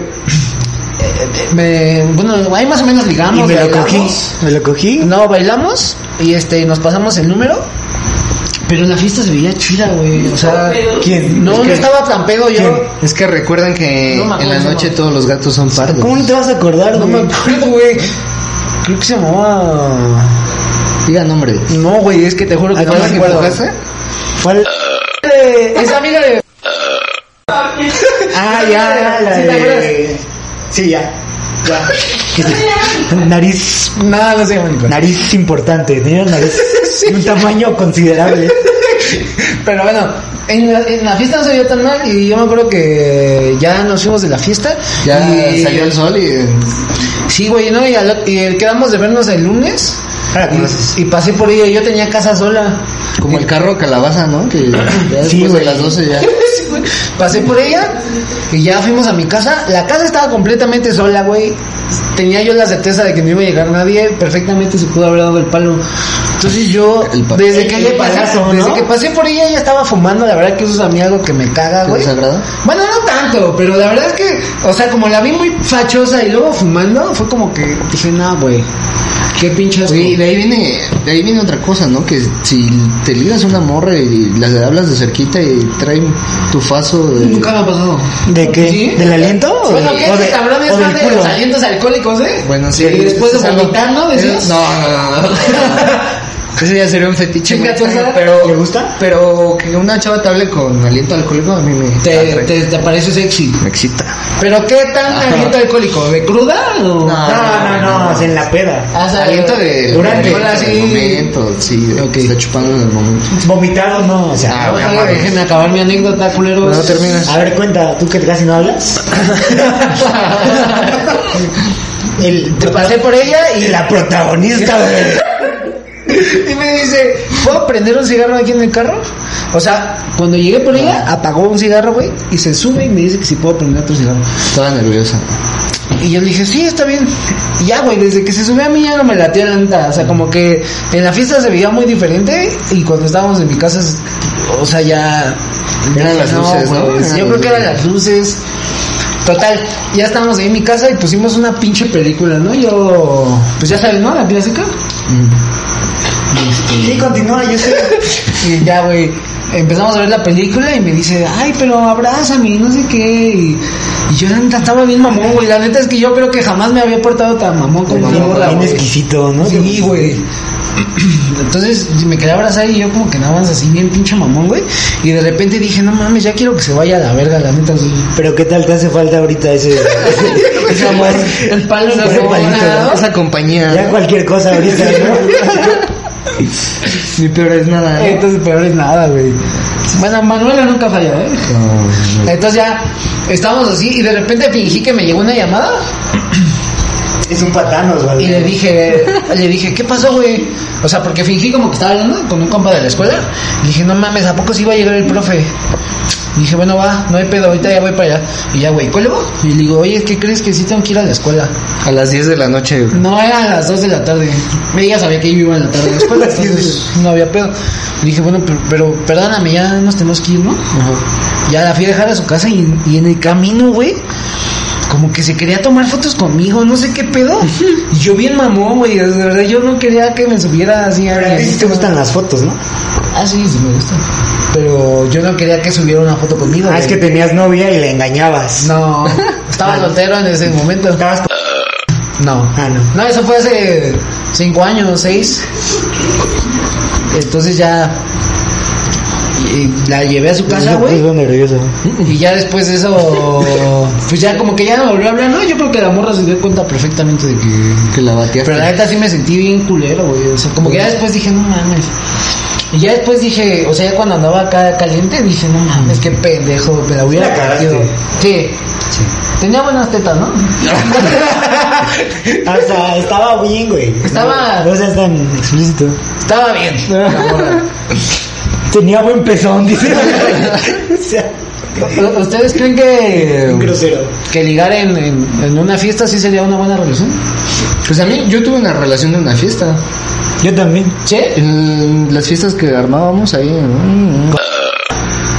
Speaker 1: me, bueno, ahí más o menos
Speaker 3: Y
Speaker 1: ligamos.
Speaker 3: me lo
Speaker 1: bailamos.
Speaker 3: cogí. Me lo cogí.
Speaker 1: No, bailamos y este nos pasamos el número. Pero la fiesta se veía chida, güey. O sea,
Speaker 3: ¿Quién?
Speaker 1: no, no estaba tan pedo yo.
Speaker 3: ¿Quién?
Speaker 2: Es que recuerdan que
Speaker 1: No me acuerdo
Speaker 2: en la
Speaker 1: cómo se
Speaker 2: noche
Speaker 1: llama.
Speaker 2: todos los gatos son pardos.
Speaker 3: ¿Cómo no te vas a acordar,
Speaker 1: No me
Speaker 3: güey?
Speaker 1: acuerdo, güey. Creo que se llamaba.
Speaker 2: Diga nombre.
Speaker 1: No, güey, es que te juro que
Speaker 3: ¿A
Speaker 1: no
Speaker 3: quién
Speaker 1: me
Speaker 3: se
Speaker 1: acuerdo.
Speaker 3: empujaste? Fue al-
Speaker 1: Eh, Es amiga de
Speaker 3: Ah, ya, la
Speaker 1: ¿Sí te
Speaker 3: de... Sí, ya. Ya. Nariz...
Speaker 1: Nada, no sé, Mónica.
Speaker 3: Nariz importante, tenía una nariz de un tamaño considerable.
Speaker 1: Pero bueno, en la, en la fiesta no se vio tan mal y yo me acuerdo que ya nos fuimos de la fiesta.
Speaker 2: Ya
Speaker 1: y-
Speaker 2: salió el sol y. eh,
Speaker 1: Sí, güey, ¿no? Y, al- y el- quedamos de vernos el lunes.
Speaker 3: Ahora
Speaker 1: Y-
Speaker 3: conoces.
Speaker 1: Y, pasé por ella, yo tenía casa sola.
Speaker 2: Como el carro calabaza, ¿no? Que ya
Speaker 3: Sí,
Speaker 2: después de
Speaker 3: güey.
Speaker 2: las 12 ya.
Speaker 1: Sí, güey. pasé por ella y ya fuimos a mi casa. La casa estaba completamente sola, güey. Tenía yo la certeza de que no iba a llegar nadie. Perfectamente se pudo haber dado el palo. Entonces yo,
Speaker 2: El pa-
Speaker 1: desde, que
Speaker 3: el
Speaker 1: le pasé,
Speaker 3: palazo, ¿no?
Speaker 1: desde que pasé por ella, ella estaba fumando. La verdad que eso es a mí algo que me caga,
Speaker 2: ¿Te
Speaker 1: güey.
Speaker 2: desagrada?
Speaker 1: Bueno, no tanto, pero la verdad es que, o sea, como la vi muy fachosa y luego fumando, fue como que dije, nah, güey, qué pinche asco".
Speaker 2: Oye, y de ahí viene, de ahí viene otra cosa, ¿no? Que si te ligas a una morra y le hablas de cerquita y traen tu faso de...
Speaker 1: Nunca me ha pasado.
Speaker 3: ¿De qué?
Speaker 1: ¿Sí?
Speaker 3: ¿Del aliento? o
Speaker 1: Bueno,
Speaker 3: de-
Speaker 1: que
Speaker 3: o
Speaker 1: este
Speaker 3: de-
Speaker 1: cabrón
Speaker 3: o
Speaker 1: es
Speaker 3: del
Speaker 1: más de
Speaker 3: culo?
Speaker 1: los alientos alcohólicos, ¿eh?
Speaker 2: Bueno, sí.
Speaker 1: Y después de
Speaker 2: es algo-
Speaker 1: vomitar, ¿no?
Speaker 2: es-
Speaker 1: Decías.
Speaker 2: No, no, no. no. Ese ya sería un fetiche.
Speaker 1: Chinga
Speaker 2: muy
Speaker 1: tu
Speaker 2: extraño,
Speaker 1: madre.
Speaker 2: pero,
Speaker 3: ¿Le gusta?
Speaker 2: Pero que una chava te hable con aliento alcohólico a mí me...
Speaker 1: Te,
Speaker 2: atrae.
Speaker 1: te, te parece sexy.
Speaker 2: Me excita.
Speaker 1: ¿Pero qué tan
Speaker 2: Ah, Ajá.
Speaker 1: aliento alcohólico? ¿De cruda o...?
Speaker 2: No.
Speaker 3: No, no, no, o sea, en la peda.
Speaker 1: Ah, o sea,
Speaker 2: aliento de...
Speaker 3: Durante.
Speaker 2: del
Speaker 1: Ahora sí.
Speaker 2: momento, sí. de-
Speaker 1: Ok.
Speaker 2: que Está chupando en el momento.
Speaker 3: Vomitado no, o sea.
Speaker 2: Ah, bueno,
Speaker 1: Ojalá,
Speaker 2: mames.
Speaker 1: Déjenme acabar mi anécdota, culeros.
Speaker 2: No terminas.
Speaker 3: A ver, cuenta, tú que casi no hablas. El,
Speaker 1: Te pasé por ella y
Speaker 3: la protagonista, güey.
Speaker 1: Y me dice, ¿puedo prender un cigarro aquí en el carro? O sea, cuando llegué por ella, apagó un cigarro, güey, y se sube y me dice que si puedo prender otro cigarro.
Speaker 2: Estaba nerviosa.
Speaker 1: Y yo le dije, sí, está bien. Y ya, güey, desde que se subió a mí ya no me latía la neta. O sea, como que en la fiesta se veía muy diferente y cuando estábamos en mi casa, es- o sea, ya...
Speaker 2: Eran las luces, ¿no?
Speaker 1: güey,
Speaker 2: Eran
Speaker 1: Yo
Speaker 2: las
Speaker 1: creo que eran
Speaker 2: luces.
Speaker 1: las luces. Total, ya estábamos ahí en mi casa y pusimos una pinche película, ¿no? Yo, pues ya sabes, ¿no? La clásica.
Speaker 3: Sí, continúa, yo sé.
Speaker 1: Y ya, güey, empezamos a ver la película y me dice, ay, pero abrázame, y no sé qué. Y, y yo la neta estaba bien mamón, güey. La neta es que yo creo que jamás me había portado tan mamón como ahora,
Speaker 3: Bien
Speaker 1: güey.
Speaker 3: exquisito, ¿no?
Speaker 1: Sí, güey. Entonces me quería abrazar y yo como que nada más así bien pinche mamón, güey. Y de repente dije, no mames, ya quiero que se vaya a la verga, la neta. güey".
Speaker 3: Pero ¿qué tal te hace falta ahorita ese, ese, ese amor?
Speaker 1: El palo no Ah.
Speaker 3: Ese
Speaker 1: se
Speaker 3: palito,
Speaker 1: palito,
Speaker 3: ¿no?
Speaker 2: Esa compañía.
Speaker 3: Ya
Speaker 2: ¿no?
Speaker 3: cualquier cosa ahorita, ¿no?
Speaker 2: Ni peor es nada. ¿eh? ¿no?
Speaker 1: Entonces peor es nada, güey. Bueno, Manuela nunca falla, ¿eh?
Speaker 2: No, no.
Speaker 1: Entonces ya estábamos así y de repente fingí que me llegó una llamada
Speaker 3: Es un patán, Osvaldo.
Speaker 1: Y le dije, le dije, ¿qué pasó, güey? O sea, porque fingí como que estaba hablando con un compa de la escuela. Le dije, no mames, ¿a poco sí iba a llegar el profe? Y dije, bueno, va, no hay pedo, ahorita ya voy para allá. Y ya, güey, cuelgo. Y le digo, oye, ¿qué crees que sí tengo que ir a la escuela?
Speaker 2: A las 10 de la noche. güey.
Speaker 1: No, eran las 2 de la tarde. Ella sabía que yo iba en la tarde a la escuela,
Speaker 3: Así es.
Speaker 1: entonces no había pedo. Le dije, bueno, pero, pero perdóname, ya nos tenemos que ir, ¿no? Ya la fui a dejar a su casa y, y en el camino, güey, como que se quería tomar fotos conmigo, no sé qué pedo. Y yo bien mamón, güey, de verdad yo no quería que me subiera así a
Speaker 3: Pero a ti sí te gustan las fotos, ¿no?
Speaker 1: Ah, sí, sí me gusta. Pero yo no quería que subiera una foto conmigo.
Speaker 3: Ah, es que
Speaker 1: güey.
Speaker 3: tenías novia y le engañabas.
Speaker 1: No, estaba soltero en ese momento.
Speaker 3: Estabas con-
Speaker 1: No.
Speaker 3: Ah, no.
Speaker 1: No, eso fue hace cinco años, seis. Entonces ya y- la llevé a su casa,
Speaker 3: Yo
Speaker 1: güey.
Speaker 3: estoy nervioso.
Speaker 1: Y ya después de eso, pues ya como que ya no volvió a hablar, ¿no? Yo creo que la morra se dio cuenta perfectamente de que...
Speaker 2: Que la bateaste.
Speaker 1: Pero la neta sí me sentí bien culero, güey. O sea, como
Speaker 3: Pues.
Speaker 1: que ya después dije, no mames. Y ya después dije, o sea, ya cuando andaba acá caliente, dije, no mames, qué pendejo, me la hubiera
Speaker 3: La cagaste.
Speaker 1: partido. Sí. Tenía buenas tetas, ¿no?
Speaker 3: Hasta estaba bien, güey.
Speaker 1: Estaba-
Speaker 3: No seas tan explícito.
Speaker 1: Estaba bien. la morra.
Speaker 3: Tenía buen pezón, dice. o sea,
Speaker 1: ¿U- ¿Ustedes creen
Speaker 3: un
Speaker 1: que,
Speaker 3: grosero.
Speaker 1: que ligar en, en- en una fiesta sí sería una buena relación?
Speaker 2: Pues a mí, yo tuve una relación de una fiesta.
Speaker 3: Yo también.
Speaker 1: ¿Sí?
Speaker 2: En las fiestas que armábamos ahí. ¿no?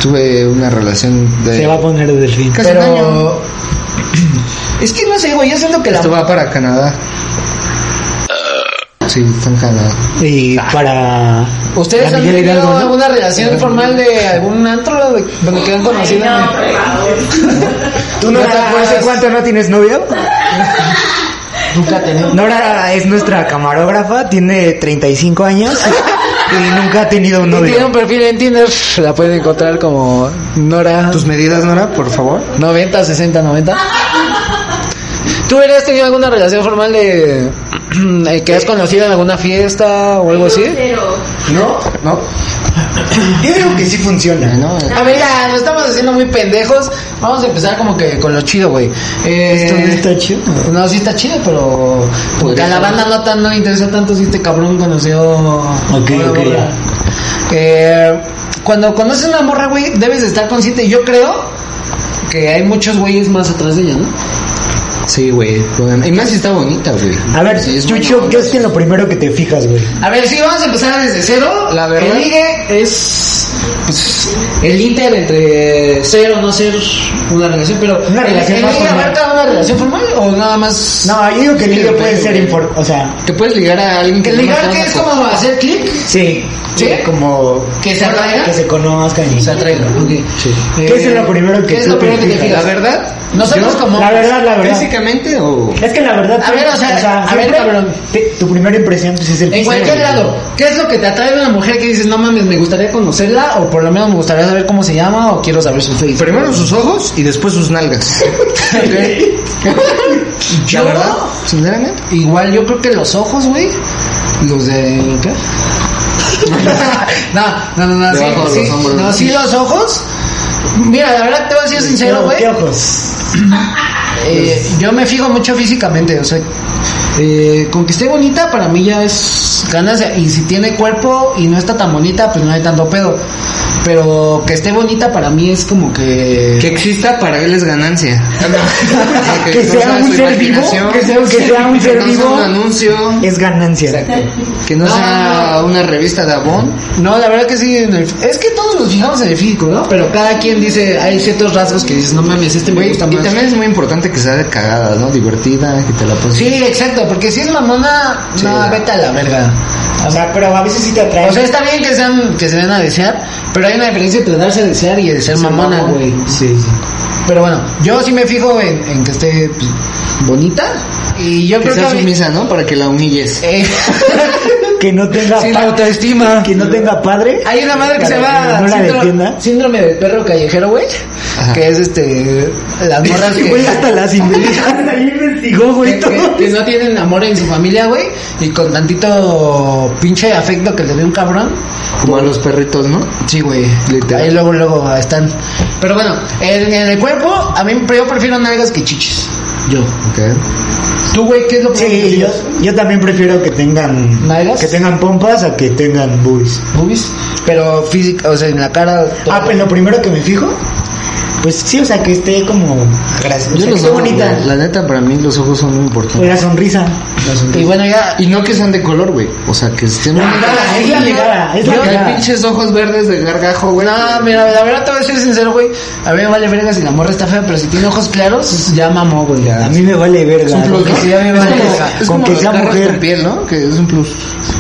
Speaker 2: Tuve una relación de.
Speaker 3: Se va a poner desde el fin.
Speaker 2: Casi un año.
Speaker 1: Pero... Es que no sé, güey, yo siento que la...
Speaker 2: Esto va para Canadá. Sí, está en Canadá.
Speaker 3: Y para.
Speaker 1: ¿Ustedes
Speaker 3: La
Speaker 1: han
Speaker 3: Miguel
Speaker 1: tenido
Speaker 3: Hidalgo, ¿no?
Speaker 1: alguna relación formal de algún antro de- donde quedan
Speaker 4: Ay,
Speaker 1: conocidos?
Speaker 4: no, por favor.
Speaker 3: ¿Tú, Nora,
Speaker 1: ¿No te
Speaker 3: hace
Speaker 1: acuerdas?
Speaker 3: cuánto no tienes novio?
Speaker 1: Nunca tenía.
Speaker 3: Nora es nuestra camarógrafa, tiene 35 años y nunca ha tenido un
Speaker 1: Tiene un
Speaker 3: novio.
Speaker 1: perfil en Tinder, la pueden encontrar como Nora
Speaker 2: ¿Tus medidas, Nora, por favor?
Speaker 1: 90, 60, 90. ¿Tú hubieras tenido alguna relación formal de eh, que has conocido en alguna fiesta o algo así?
Speaker 4: Cero.
Speaker 3: ¿No? No. Yo digo que sí funciona, ¿no?
Speaker 1: A ver, ya, nos estamos haciendo muy pendejos. Vamos a empezar como que con lo chido, güey. Eh,
Speaker 3: Esto no está chido.
Speaker 1: No, sí está chido, pero porque a la banda no, tan, no le interesa tanto si este cabrón conoció...
Speaker 3: Ok,
Speaker 1: una
Speaker 3: ok,
Speaker 1: morra.
Speaker 3: ya.
Speaker 1: Eh, cuando conoces una morra, güey, debes de estar consciente. Y Yo creo que hay muchos güeyes más atrás de ella, ¿no?
Speaker 2: Sí, güey. Y más si está bonita, güey.
Speaker 3: A ver, Chucho, ¿qué es que lo primero que te fijas, güey?
Speaker 1: A ver, sí, vamos a empezar desde cero.
Speaker 2: La verdad.
Speaker 1: El ligue es pues, el inter entre ser o no ser una relación, pero.
Speaker 3: Una
Speaker 1: ¿el-
Speaker 3: relación
Speaker 1: el
Speaker 3: más
Speaker 1: ligue
Speaker 3: formal.
Speaker 1: abarca una relación formal o nada más.?
Speaker 3: No, yo digo que el niño puede ser inform... O sea,
Speaker 2: Te puedes ligar a alguien que
Speaker 1: Que ligar
Speaker 2: no
Speaker 1: que es como hacer clic,
Speaker 3: sí.
Speaker 1: ¿Sí?
Speaker 3: Como...
Speaker 1: que se atraiga.
Speaker 3: Que se conozcan y...
Speaker 1: Se atraiga, ok. Eh,
Speaker 3: ¿Qué es lo primero que
Speaker 1: ¿Qué es
Speaker 3: tú
Speaker 1: lo
Speaker 3: te
Speaker 1: primero que te
Speaker 3: fijas?
Speaker 1: fijas?
Speaker 2: La verdad,
Speaker 1: Nosotros como.
Speaker 3: La verdad, la verdad.
Speaker 2: físicamente o
Speaker 3: Es que la verdad...
Speaker 1: A ver, o sea, a ver,
Speaker 3: siempre
Speaker 1: cabrón.
Speaker 3: te- tu primera impresión pues, es el
Speaker 1: En
Speaker 3: primero,
Speaker 1: cualquier
Speaker 3: güey.
Speaker 1: lado, ¿qué es lo que te atrae de una mujer que dices, no mames, me gustaría conocerla o por lo menos me gustaría saber cómo se llama o quiero saber su Facebook?
Speaker 2: primero sus ojos y después sus nalgas.
Speaker 1: Yo-
Speaker 2: La verdad, sinceramente.
Speaker 1: Igual yo creo que los ojos, güey. Los de. ¿Qué? no, no, no, no, sí,
Speaker 2: Debajo de los
Speaker 1: sí,
Speaker 2: hombros.
Speaker 1: no, sí, los ojos. Mira, la verdad te voy a decir sincero,
Speaker 3: Pero,
Speaker 1: güey.
Speaker 3: ¿Qué ojos?
Speaker 1: eh, yo me fijo mucho físicamente, o sea, eh, con que esté bonita para mí ya es ganancia. Y si tiene cuerpo y no está tan bonita, pues no hay tanto pedo. Pero que esté bonita para mí es como que.
Speaker 2: Que exista para él es ganancia. Que,
Speaker 3: Que sea un ser vivo, que sea un- que sea un ser
Speaker 2: Que no sea
Speaker 3: vivo.
Speaker 2: un anuncio.
Speaker 3: Es ganancia.
Speaker 2: Que no
Speaker 1: No,
Speaker 2: sea una revista de Avon.
Speaker 1: No, la verdad que sí. en el- es que todos nos fijamos en el físico, ¿no? Pero cada quien dice, hay ciertos rasgos que dices, no mames, este me
Speaker 2: Güey,
Speaker 1: gusta
Speaker 2: y
Speaker 1: más.
Speaker 2: también es muy importante que sea de cagada, ¿no? Divertida, que te la pases.
Speaker 1: Sí, exacto, porque si es mamona,
Speaker 2: Sí.
Speaker 1: no, vete a la verga.
Speaker 3: O sea, pero a veces sí te atrae.
Speaker 1: O sea, está bien que sean, que se den a desear, pero hay una diferencia entre darse a desear y de ser mamona,
Speaker 2: mamón.
Speaker 1: güey. Sí, sí. Pero bueno, yo sí me fijo en, en que esté pues, bonita y yo
Speaker 2: Que
Speaker 1: creo
Speaker 2: sea
Speaker 1: que... a mí-
Speaker 2: sumisa, ¿no? Para que la humilles.
Speaker 1: Eh,
Speaker 3: que no tenga...
Speaker 1: sin
Speaker 3: pa-
Speaker 1: autoestima.
Speaker 3: Que no tenga padre.
Speaker 1: Hay una madre que se
Speaker 3: Para
Speaker 1: llama
Speaker 3: que no la
Speaker 1: síndrome,
Speaker 3: defienda.
Speaker 1: síndrome de perro callejero, güey.
Speaker 2: Ajá.
Speaker 1: Que es este. Las morras que,
Speaker 3: Güey, hasta las investigadas ahí investigó,
Speaker 1: que,
Speaker 3: güey, todo.
Speaker 1: que- que no tienen amor en su familia, güey. Y con tantito pinche afecto que le dé un cabrón.
Speaker 2: Como a los perritos, ¿no?
Speaker 1: Sí, güey.
Speaker 2: Literal.
Speaker 1: Ahí luego, luego están. Pero bueno, en, en el cuerpo, a mí pero yo prefiero nalgas que chiches. Yo.
Speaker 2: Ok.
Speaker 1: ¿Tú, güey, qué es lo que
Speaker 3: Sí, yo, yo también prefiero que tengan...
Speaker 1: ¿Nalgas?
Speaker 3: Que tengan pompas a que tengan boobies.
Speaker 1: Boobies. Pero física, o sea, en la cara.
Speaker 3: Ah, pues lo primero que me fijo, pues sí, o sea, que esté como graciosa,
Speaker 2: Yo
Speaker 3: que
Speaker 2: los
Speaker 3: esté
Speaker 2: ojos,
Speaker 3: bonita.
Speaker 2: güey. La neta, para mí los ojos son muy
Speaker 3: O
Speaker 2: importantes.
Speaker 3: la sonrisa.
Speaker 1: Y bueno, ya.
Speaker 2: Y no que sean de color, güey. O sea, que estén...
Speaker 1: Ah,
Speaker 3: mirada, es la mirada, es la
Speaker 2: Yo-
Speaker 3: mirada.
Speaker 2: hay pinches ojos verdes de gargajo, güey.
Speaker 1: No, mira, la verdad te voy a ser sincero, güey. A mí me vale verga si la morra está fea, pero si tiene ojos claros, ya mamó, güey.
Speaker 3: A mí me vale verga.
Speaker 2: Es un plus,
Speaker 3: ¿no?
Speaker 2: ¿no?
Speaker 1: sí, a mí me
Speaker 2: es
Speaker 1: vale
Speaker 2: como,
Speaker 1: verga.
Speaker 3: Con
Speaker 2: es como
Speaker 3: que
Speaker 2: los
Speaker 3: sea
Speaker 2: carros
Speaker 3: mujer.
Speaker 2: con piel, ¿no? Que es un plus.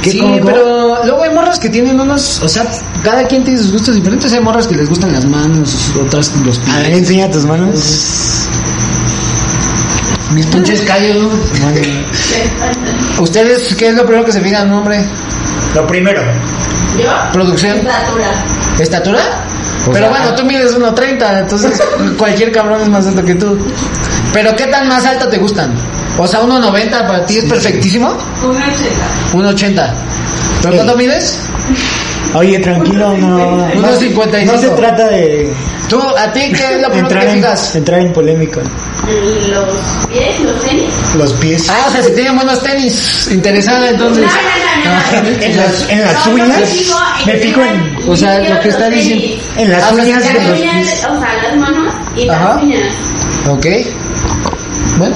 Speaker 3: ¿Qué,
Speaker 1: sí,
Speaker 3: cómo, cómo?
Speaker 1: pero luego hay morras que tienen unos, o sea, cada quien tiene sus gustos diferentes. Hay morras que les gustan las manos, otras los
Speaker 3: A ver,
Speaker 1: pies.
Speaker 3: enseña tus manos.
Speaker 1: Mis pinches callos. ¿Ustedes qué es lo primero que se fijan, hombre?
Speaker 3: Lo primero.
Speaker 4: ¿Yo?
Speaker 1: Producción.
Speaker 4: Estatura.
Speaker 1: ¿Estatura?
Speaker 3: Pues
Speaker 1: Pero bueno, tú mides 1.30, entonces cualquier cabrón es más alto que tú. Pero ¿qué tan más alta te gustan? O sea, 1.90 para ti es perfectísimo.
Speaker 4: Una ochenta.
Speaker 1: 1.80. ¿Pero
Speaker 3: Sí.
Speaker 1: cuánto mides?
Speaker 3: Oye, tranquilo, no.
Speaker 1: Unos
Speaker 3: no se-
Speaker 1: 55.
Speaker 3: No se trata
Speaker 2: Eh,
Speaker 3: de
Speaker 1: ¿Tú, a ti qué es lo primero
Speaker 3: entrar
Speaker 1: que te
Speaker 3: en,
Speaker 1: fijas?
Speaker 3: entrar en polémica.
Speaker 4: Los pies, los tenis.
Speaker 3: Los pies.
Speaker 1: Ah, o sea, si tienen buenos tenis. Interesada, entonces.
Speaker 4: No, no, no, no.
Speaker 3: En las, en las
Speaker 4: No, yo
Speaker 3: uñas.
Speaker 4: me fijo en
Speaker 3: Me
Speaker 4: que
Speaker 3: fijo
Speaker 4: tengan
Speaker 3: en,
Speaker 2: o sea, lo que está
Speaker 4: limpios los
Speaker 2: diciendo-
Speaker 4: tenis.
Speaker 3: en las
Speaker 1: Ah, o sea,
Speaker 3: uñas
Speaker 1: que
Speaker 3: de
Speaker 4: Las
Speaker 3: los
Speaker 4: uñas,
Speaker 3: pies.
Speaker 4: o sea, las manos y las
Speaker 1: Ajá.
Speaker 4: uñas.
Speaker 1: Ok. Bueno.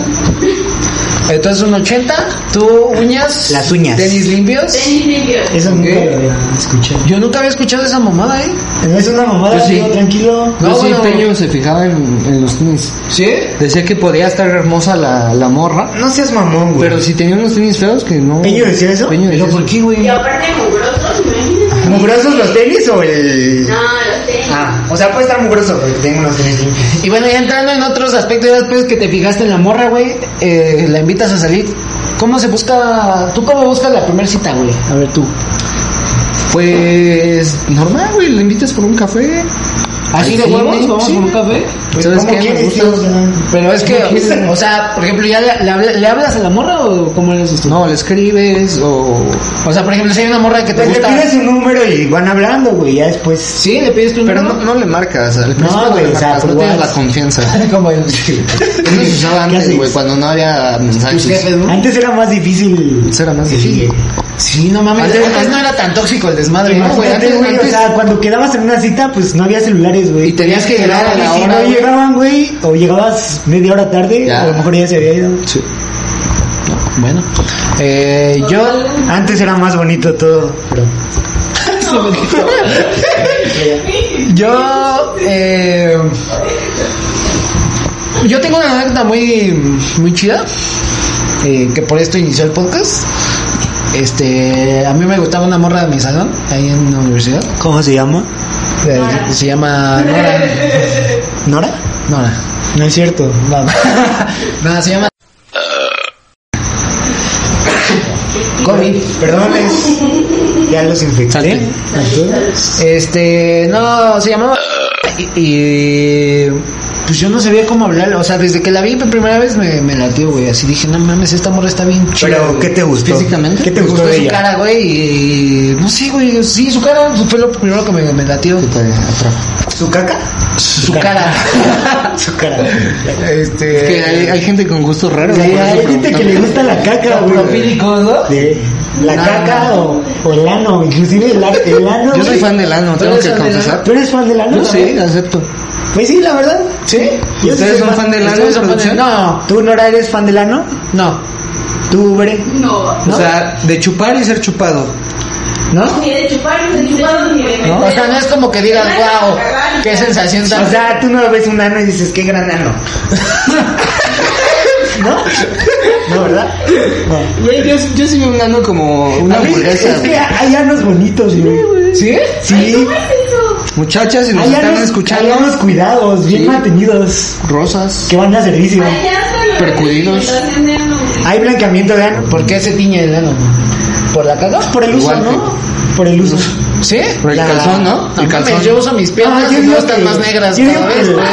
Speaker 1: Entonces, un 80. Tú, uñas.
Speaker 3: Las uñas.
Speaker 1: Tenis limpios.
Speaker 4: Tenis limpios.
Speaker 3: Eso nunca
Speaker 1: Ok.
Speaker 3: lo había escuchado.
Speaker 1: Yo nunca había escuchado esa mamada, ¿eh?
Speaker 3: No es una mamada,
Speaker 2: Yo sí.
Speaker 3: amigo, tranquilo.
Speaker 2: No,
Speaker 1: No,
Speaker 2: sí,
Speaker 1: bueno.
Speaker 2: Peño se fijaba en, en los tenis.
Speaker 1: ¿Sí?
Speaker 2: Decía que podía estar hermosa la, la morra.
Speaker 3: No seas mamón, güey.
Speaker 2: Pero si tenía unos tenis feos que no...
Speaker 3: ¿Peño decía eso?
Speaker 2: Peño decía
Speaker 1: ¿Pero
Speaker 2: eso.
Speaker 1: por qué, güey?
Speaker 4: Y aparte mugrosos,
Speaker 1: Ah,
Speaker 4: imagínate.
Speaker 3: ¿Mugrosos los tenis o el...?
Speaker 4: No, los tenis.
Speaker 3: Ah, o sea, puede estar mugroso, pero tengo unos tenis limpios.
Speaker 1: Y bueno, ya entrando en otros aspectos, ya después que te fijaste en la morra, güey, eh, la invitas a salir. ¿Cómo se busca? ¿Tú cómo buscas la primera cita, güey? A ver, tú.
Speaker 2: Pues normal, güey, le invitas por un café,
Speaker 1: Así de huevos, vamos por un café.
Speaker 3: Pues,
Speaker 2: ¿Sabes
Speaker 3: ¿cómo
Speaker 2: qué? Me
Speaker 3: quieres,
Speaker 2: gusta.
Speaker 3: tío? O sea,
Speaker 1: Pero es que, o sea, por ejemplo, ¿ya le, le habla- le hablas a la morra o cómo le haces tú?
Speaker 2: No, le escribes o...
Speaker 1: O sea, por ejemplo, si hay una morra que te
Speaker 3: Pues le
Speaker 1: gusta.
Speaker 3: pides un número y van hablando, güey, ya después.
Speaker 1: Sí, le pides tu
Speaker 2: Pero no,
Speaker 1: número.
Speaker 2: no le marcas, al principio
Speaker 3: No,
Speaker 2: no,
Speaker 3: güey,
Speaker 2: le
Speaker 3: o sea,
Speaker 2: marcas,
Speaker 3: por
Speaker 2: no tienes la
Speaker 3: WhatsApp.
Speaker 2: confianza.
Speaker 1: Como el- sí.
Speaker 2: Eso se usaba
Speaker 3: ¿Qué
Speaker 2: antes,
Speaker 3: haces?
Speaker 2: güey, cuando no había
Speaker 1: Tus
Speaker 2: mensajes.
Speaker 1: jefes, ¿no?
Speaker 3: Antes era más difícil.
Speaker 2: Antes era más
Speaker 3: Sí,
Speaker 2: difícil.
Speaker 3: güey.
Speaker 1: Sí, no mames.
Speaker 2: Antes-
Speaker 1: Antes, no era tan tóxico el desmadre, ¿no,
Speaker 3: Imagínate,
Speaker 1: güey? Antes,
Speaker 3: güey, o
Speaker 1: antes-
Speaker 3: sea, cuando quedabas en una cita, pues no había celulares, güey.
Speaker 2: Y tenías que llegar a
Speaker 3: Y
Speaker 2: la
Speaker 3: si no
Speaker 2: hora, güey.
Speaker 3: llegaban, güey, o llegabas media hora tarde,
Speaker 2: Ya.
Speaker 3: a lo mejor ya se había ido.
Speaker 2: Sí.
Speaker 1: Bueno, eh, yo.
Speaker 3: Antes era más bonito todo, pero...
Speaker 1: Yo. eh, yo tengo una anécdota muy, muy chida. eh, que por esto inició el podcast. Este. A mí me gustaba una morra de mi salón. Ahí en la universidad.
Speaker 3: ¿Cómo se llama?
Speaker 1: eh, Se llama Nora.
Speaker 3: ¿Nora?
Speaker 1: Nora.
Speaker 3: No es cierto.
Speaker 1: No, no, se llama. COVID.
Speaker 3: Perdón, es... Ya los infecté.
Speaker 2: Salte.
Speaker 3: a todos.
Speaker 1: Este, no, se llamaba. Y, y, pues yo no sabía cómo hablar. O sea, desde que la vi por primera vez me, me latió, güey. Así dije, no mames, esta morra está bien chida.
Speaker 3: Pero,
Speaker 1: güey".
Speaker 3: ¿qué te gustó?
Speaker 1: Físicamente.
Speaker 3: ¿Qué te
Speaker 1: Me
Speaker 3: gustó de
Speaker 1: su
Speaker 3: ella?
Speaker 1: cara, güey. Y, no sé, güey. Sí, su cara fue lo primero que me, me latió.
Speaker 2: Que te atrajo.
Speaker 3: ¿Su caca?
Speaker 1: Su cara.
Speaker 3: Su cara.
Speaker 1: este.
Speaker 2: Es que hay, hay gente con gustos raros.
Speaker 3: Sí,
Speaker 2: ¿no? Por eso
Speaker 3: hay gente
Speaker 2: preguntamos.
Speaker 3: que le gusta la caca, güey.
Speaker 1: Profílicos, ¿no?
Speaker 3: Sí. La
Speaker 1: No,
Speaker 3: caca
Speaker 1: no.
Speaker 3: o, o el ano, inclusive el, el ano.
Speaker 2: Yo soy
Speaker 3: güey.
Speaker 2: fan del ano, tengo
Speaker 1: eres
Speaker 2: que
Speaker 1: fan del
Speaker 2: confesar.
Speaker 3: ¿Tú eres fan del ano?
Speaker 2: Yo sí,
Speaker 3: también?
Speaker 2: acepto.
Speaker 3: Pues sí, la verdad.
Speaker 1: ¿Sí?
Speaker 3: Yo sí
Speaker 2: ¿Ustedes
Speaker 3: soy
Speaker 2: son fan del ano
Speaker 1: ¿Ustedes
Speaker 2: en
Speaker 1: son fan
Speaker 2: producción?
Speaker 1: del- No,
Speaker 3: ¿Tú, Nora, eres fan del ano?
Speaker 1: no.
Speaker 3: ¿Tú, Bre?
Speaker 4: No.
Speaker 2: O sea, de chupar y ser chupado.
Speaker 1: ¿No?
Speaker 4: Ni de chupar, ni de chupar, ni de meter.
Speaker 1: ¿No? O sea, no es como que digas, wow, qué sensación tan.
Speaker 3: O sea, tú no ves un ano y dices, qué gran ano. ¿No? ¿No, verdad? No.
Speaker 2: Güey, yo, yo sí veo un ano como una
Speaker 3: A mí,
Speaker 2: hamburguesa,
Speaker 3: Es
Speaker 2: güey.
Speaker 3: que hay anos bonitos, güey.
Speaker 1: ¿Sí?
Speaker 3: Sí.
Speaker 4: ¿Cómo es eso?
Speaker 2: Muchachas, si nos
Speaker 3: Hay
Speaker 2: están
Speaker 3: anos, hay
Speaker 2: escuchando,
Speaker 3: anos cuidados, bien
Speaker 2: Sí.
Speaker 3: mantenidos,
Speaker 2: rosas.
Speaker 3: que van a servicio.
Speaker 4: Ay, ya hasta lo-
Speaker 2: Percudidos.
Speaker 4: Entonces, ya no, güey.
Speaker 3: Hay blanqueamiento de ano.
Speaker 1: ¿Por qué se tiñe el ano? ¿Por la caga?
Speaker 3: Por el uso,
Speaker 2: Igual que-
Speaker 3: ¿no? Por el uso.
Speaker 1: ¿Sí?
Speaker 2: Pero el
Speaker 3: La-
Speaker 2: calzón, ¿no? El
Speaker 1: No
Speaker 2: calzón.
Speaker 1: mames, yo uso mis piernas
Speaker 3: yo
Speaker 1: y no
Speaker 3: digo
Speaker 1: están
Speaker 3: que-
Speaker 1: más negras
Speaker 3: yo digo
Speaker 1: cada
Speaker 3: que
Speaker 1: vez, güey.
Speaker 3: la-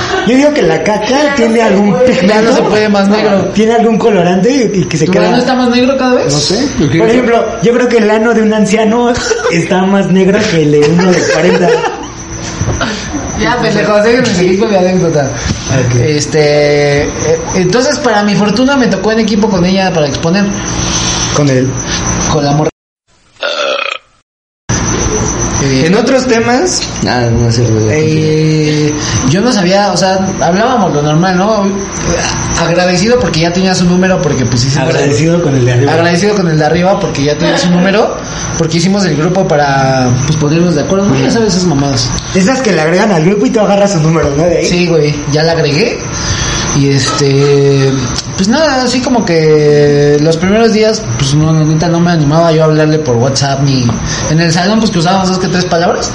Speaker 3: Yo digo que la caca tiene algún
Speaker 1: Ya no se puede más negro.
Speaker 3: Tiene algún colorante y, y que se
Speaker 1: ¿Tu
Speaker 3: queda.
Speaker 1: ano está más negro cada vez?
Speaker 2: No sé. ¿lo
Speaker 3: Por
Speaker 2: quieres?
Speaker 3: ejemplo, yo creo que el ano de un anciano está más negro que el de uno de 40.
Speaker 1: Ya, pendejos, déjenme seguir con mi anécdota. Este. eh, Entonces, para mi fortuna, me tocó en equipo con ella para exponer.
Speaker 3: Con el.
Speaker 1: Con la morra. Eh,
Speaker 2: En otros temas. Ah, no es cierto. ya continúo.
Speaker 1: Eh, yo no sabía, o sea, hablábamos lo normal, ¿no? Eh, Agradecido porque ya tenía su número, porque pues hicimos...
Speaker 3: Agradecido con el de arriba.
Speaker 1: Agradecido con el de arriba porque ya tenía su número, porque hicimos el grupo para pues ponernos de acuerdo. ¿no? Ya sabes esas mamadas.
Speaker 3: Esas que le agregan al grupo y tú agarras su número, ¿no? De ahí.
Speaker 1: Sí, güey, ya la agregué. Y este, pues nada, así como que los primeros días, pues no, la neta no me animaba yo a hablarle por WhatsApp ni en el salón, pues que usábamos dos que tres palabras.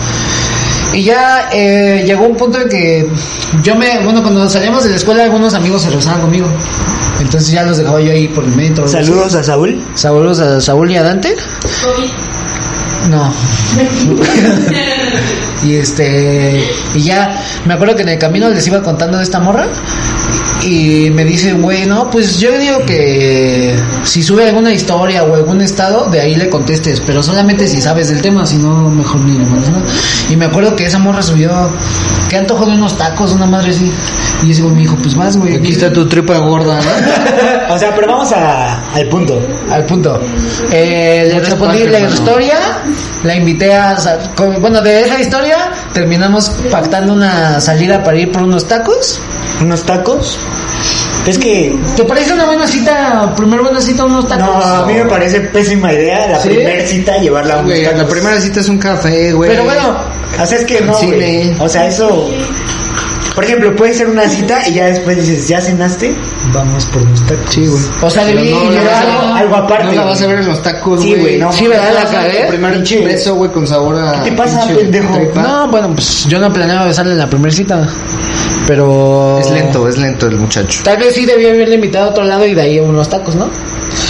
Speaker 1: Y ya eh, llegó un punto en que yo me, bueno, cuando salíamos de la escuela, algunos amigos se rehusaban conmigo. Entonces ya los dejaba yo ahí por el metro.
Speaker 3: Saludos a Saúl.
Speaker 1: Saludos a Saúl y a Dante.
Speaker 4: COVID.
Speaker 1: No, Y este, y ya, me acuerdo que en el camino les iba contando de esta morra. Y me dicen, güey, no, pues yo digo que si sube alguna historia o algún estado, de ahí le contestes, pero solamente si sabes del tema, si no, mejor ni le mandes nada. Y me acuerdo que esa morra subió, que antojo de unos tacos, una madre así. Y ese güey me dijo, pues vas, güey.
Speaker 2: Aquí está tu tripa gorda, ¿no?
Speaker 3: O sea, pero vamos a, al punto.
Speaker 1: Al punto. Eh, le
Speaker 2: Muchas
Speaker 1: respondí la
Speaker 2: páginas, ¿no?
Speaker 1: historia, la invité a... sa- con- bueno, de esa historia terminamos pactando una salida para ir por unos tacos.
Speaker 3: Unos tacos. Es que.
Speaker 1: ¿Te parece una buena cita, primer buena cita unos
Speaker 3: No,
Speaker 1: tacos?
Speaker 3: a mí me parece pésima idea la
Speaker 1: ¿Sí?
Speaker 3: primera cita llevarla a unos
Speaker 2: Güey,
Speaker 3: tacos.
Speaker 2: la primera cita es un café, güey.
Speaker 1: Pero bueno,
Speaker 3: O sea, es que no,
Speaker 2: Sí,
Speaker 3: güey.
Speaker 1: Oh.
Speaker 2: güey.
Speaker 3: O sea, eso... Por ejemplo, puede ser una cita y ya después dices, ¿ya cenaste? Vamos por los tacos.
Speaker 2: Sí, güey.
Speaker 3: O sea,
Speaker 2: Pero
Speaker 3: debí
Speaker 2: no, la
Speaker 3: llevar
Speaker 2: vas a-
Speaker 3: algo, algo aparte.
Speaker 2: No la
Speaker 3: güey.
Speaker 2: vas a ver en los tacos,
Speaker 3: Sí,
Speaker 2: güey.
Speaker 3: güey, no.
Speaker 2: sí, ¿verdad?
Speaker 3: No la
Speaker 2: La
Speaker 3: vas a ver.
Speaker 2: cagué.
Speaker 3: Primer
Speaker 2: Primer
Speaker 3: pinche-
Speaker 2: beso, güey, con sabor a...
Speaker 3: ¿Qué te pasa,
Speaker 2: pinche
Speaker 3: pendejo?
Speaker 2: trepa.
Speaker 1: No, bueno, pues yo no planeaba besarle en la primera cita. Pero.
Speaker 5: Es lento, es lento el muchacho.
Speaker 1: Tal vez sí debía haberle invitado a otro lado y de ahí a unos tacos, ¿no?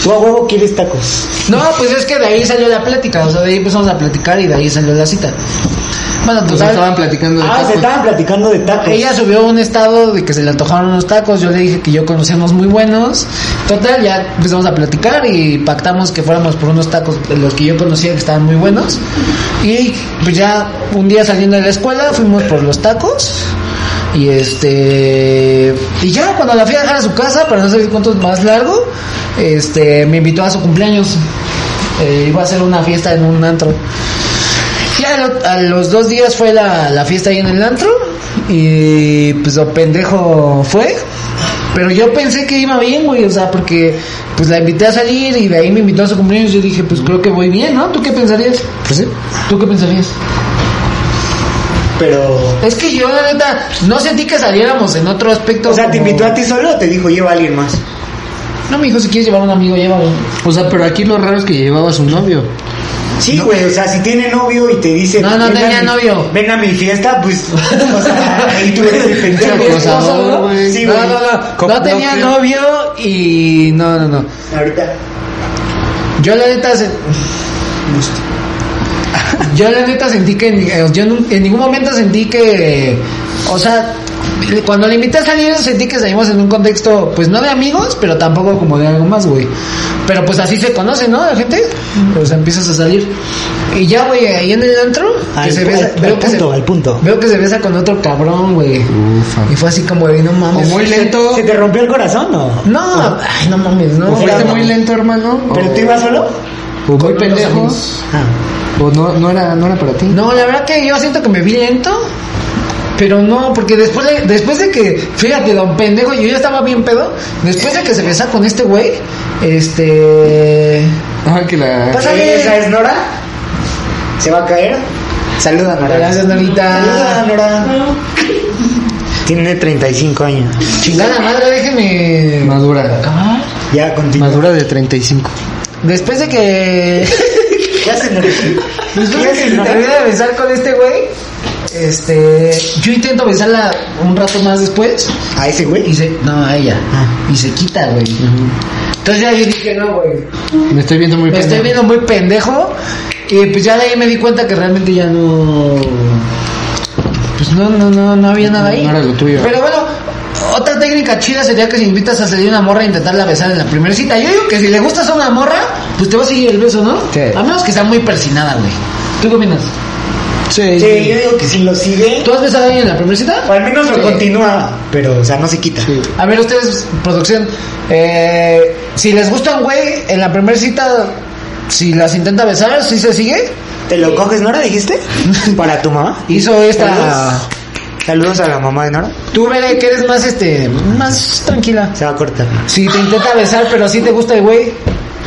Speaker 3: Tú a huevo quieres tacos.
Speaker 1: No, pues es que de ahí salió la plática. O sea, de ahí empezamos a platicar y de ahí salió la cita. Bueno,
Speaker 2: Pues
Speaker 1: total.
Speaker 2: estaban platicando de
Speaker 3: Ah, se
Speaker 2: tacos.
Speaker 3: estaban platicando de tacos.
Speaker 1: Ella subió un estado de que se le antojaron unos tacos. Yo le dije que yo conocíamos muy buenos. Total, ya empezamos a platicar y pactamos que fuéramos por unos tacos de los que yo conocía que estaban muy buenos. Y pues ya un día saliendo de la escuela fuimos por los tacos. Y este. Y ya cuando la fui a dejar a su casa, para no saber cuánto es más largo, este me invitó a su cumpleaños. Eh, iba a hacer una fiesta en un antro. Ya lo- a los dos días fue la, la fiesta ahí en el antro y pues lo pendejo fue. Pero yo pensé que iba bien, güey, o sea, porque pues la invité a salir y de ahí me invitó a su cumpleaños. Yo dije, pues creo que voy bien, ¿no? ¿Tú qué pensarías?
Speaker 2: Pues sí.
Speaker 1: ¿Tú qué pensarías?
Speaker 3: Pero.
Speaker 1: Es que yo, la neta, no sentí que saliéramos en otro aspecto.
Speaker 3: O sea, ¿te
Speaker 1: como-
Speaker 3: invitó a ti solo o te dijo lleva a alguien más?
Speaker 1: No, me dijo, si quieres llevar a un amigo, llévalo.
Speaker 2: O sea, pero aquí lo raro es que llevaba a su novio.
Speaker 3: Sí, güey, o sea, si tiene novio y te dice...
Speaker 1: No, no
Speaker 3: "Ven a
Speaker 1: tenía
Speaker 3: mi-
Speaker 1: novio.
Speaker 3: Ven a mi fiesta, pues... O sea, ahí tú eres el pendejo.
Speaker 2: Pinche acosador,
Speaker 3: ¿no?
Speaker 2: güey.
Speaker 3: Sí,
Speaker 1: no,
Speaker 3: güey.
Speaker 1: no, no, no tenía novio y no, no, no.
Speaker 3: Ahorita...
Speaker 1: Yo la neta se- Yo la neta sentí que en- eh, yo nun- en ningún momento sentí que o sea, cuando le invité a salir sentí que salimos en un contexto pues no de amigos, pero tampoco como de algo más, güey. Pero pues así se conoce, ¿no? La gente, o sea, empiezas a salir. Y ya, güey, ahí en el antro, que
Speaker 3: Al-
Speaker 1: se besa,
Speaker 3: al-
Speaker 1: veo
Speaker 3: al
Speaker 1: que se-
Speaker 3: punto, al punto.
Speaker 1: Veo que se besa con otro cabrón, güey. Y fue así como de no mames.
Speaker 2: O muy lento.
Speaker 3: ¿Se te rompió el corazón o...?
Speaker 1: No, ay, no mames, no.
Speaker 2: O fuiste
Speaker 1: Era-
Speaker 2: muy lento, hermano.
Speaker 3: ¿Pero
Speaker 2: o-
Speaker 3: tú ibas solo?
Speaker 2: O
Speaker 1: Con
Speaker 2: muy
Speaker 1: unos
Speaker 2: pendejo.
Speaker 1: amigos.
Speaker 3: Ah.
Speaker 2: O no, no, era, no era para ti.
Speaker 1: No, la verdad que yo siento que me vi lento. Pero no, porque después de, después de que, fíjate, don pendejo, yo ya estaba bien pedo. Después de que se besa con este güey, este.
Speaker 2: Ah, que la...
Speaker 1: Pásale.
Speaker 3: ¿Esa es Nora? ¿Se va a caer? Saluda, Nora.
Speaker 1: Gracias,
Speaker 3: Saluda,
Speaker 1: Norita.
Speaker 3: Nora.
Speaker 4: No,
Speaker 3: Tiene 35 años.
Speaker 1: Chingada madre, déjenme.
Speaker 2: Madura.
Speaker 1: acabar.
Speaker 3: Ya, continúa.
Speaker 2: Madura de 35.
Speaker 1: Después de que.
Speaker 3: ¿Qué hace Norita?
Speaker 1: Después
Speaker 3: ¿Qué
Speaker 1: de que
Speaker 3: hace
Speaker 1: me terminé
Speaker 3: Norita?
Speaker 1: de besar con este güey, este. Yo intento besarla un rato más después.
Speaker 3: ¿A ese güey?
Speaker 1: Y se. No, a ella.
Speaker 3: Ah.
Speaker 1: Y se quita, güey. Entonces ya yo dije, no, güey.
Speaker 2: Me estoy viendo muy
Speaker 1: Me estoy
Speaker 2: pendejo.
Speaker 1: viendo muy pendejo. Y pues ya de ahí me di cuenta que realmente ya no. Pues no, no, no, no había nada ahí.
Speaker 2: No era lo tuyo.
Speaker 1: Pero bueno, otra técnica chida sería que si invitas a salir una morra e intentarla besar en la primera cita. Yo digo que si le gustas a una morra, pues te va a seguir el beso, ¿no?
Speaker 2: Sí.
Speaker 1: A menos que sea muy persinada, güey. ¿Tú qué opinas?
Speaker 2: Sí.
Speaker 3: Sí, yo digo que si lo sigue...
Speaker 1: ¿Tú has besado a alguien en la primera cita?
Speaker 3: O al menos lo
Speaker 1: Sí.
Speaker 3: continúa, pero, o sea, no se quita.
Speaker 2: Sí.
Speaker 1: A ver, ustedes, producción, eh, si les gusta un güey en la primera cita, si las intenta besar, si se sigue,
Speaker 3: ¿Te lo coges, Nora, dijiste? ¿Para tu mamá?
Speaker 1: hizo esta.
Speaker 3: Saludos. Saludos a la mamá de Nora.
Speaker 1: Tú veré que eres más este, más tranquila.
Speaker 3: Se va a cortar.
Speaker 1: Si te intenta besar, pero sí te gusta el güey.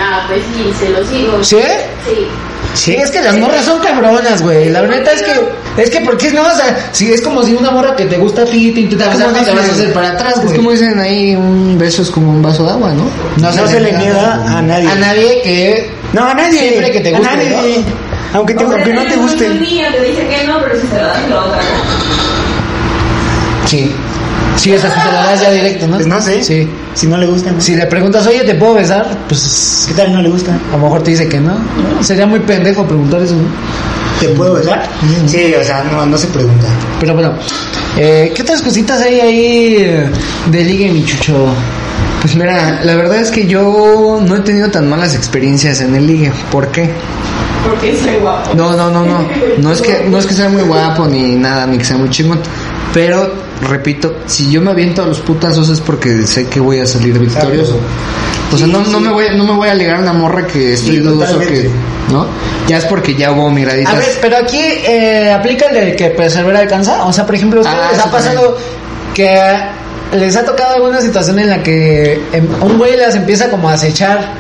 Speaker 4: Ah, pues sí, se lo sigo.
Speaker 1: ¿Sí?
Speaker 4: Sí.
Speaker 1: Sí, es que las morras son cabronas, güey. La verdad es que, es que porque no, o sea, si es como si una morra que te gusta a ti te intenta besar, no te vas a hacer para atrás,
Speaker 2: Es
Speaker 1: güey.
Speaker 2: como dicen ahí, un beso es como un vaso de agua, ¿no?
Speaker 3: No, se le niega a nadie.
Speaker 1: A nadie que
Speaker 3: No, a nadie.
Speaker 1: Siempre que te guste,
Speaker 3: A nadie. Aunque, te, aunque no te
Speaker 4: Un
Speaker 3: guste.
Speaker 4: niño te dice que no, pero si se lo das, lo hagas.
Speaker 1: sí. Sí, es así, te la das ya directo, ¿no?
Speaker 3: Pues no sé.
Speaker 1: Sí.
Speaker 3: Si no le gusta. ¿no?
Speaker 1: Si le preguntas, oye, ¿te puedo besar? Pues
Speaker 3: ¿Qué tal no le gusta?
Speaker 1: a lo mejor te dice que no. Sería muy pendejo preguntar eso, ¿no?
Speaker 3: ¿Te puedo besar? Sí, o sea, no, no se pregunta.
Speaker 1: Pero bueno, eh, ¿qué otras cositas hay ahí eh, de ligue, mi chucho?
Speaker 2: Pues mira, la verdad es que yo no he tenido tan malas experiencias en el ligue. ¿Por qué?
Speaker 4: Porque soy guapo.
Speaker 2: No, no, no, no. No es que, no es que sea muy guapo ni nada, ni que sea muy chingón. Pero, repito, si yo me aviento a los putazos es porque sé que voy a salir victorioso. O sea, no, no me voy, no me voy a ligar a una morra que estoy
Speaker 3: Sí,
Speaker 2: dudoso que,
Speaker 3: totalmente.
Speaker 2: ¿no? Ya es porque ya hubo miraditas.
Speaker 1: A ver, pero aquí eh, aplica el de que perseverar alcanza. O sea, por ejemplo, ¿a ustedes
Speaker 2: Ah,
Speaker 1: les
Speaker 2: eso
Speaker 1: ha pasado que les ha tocado alguna situación en la que em, un güey las empieza como a acechar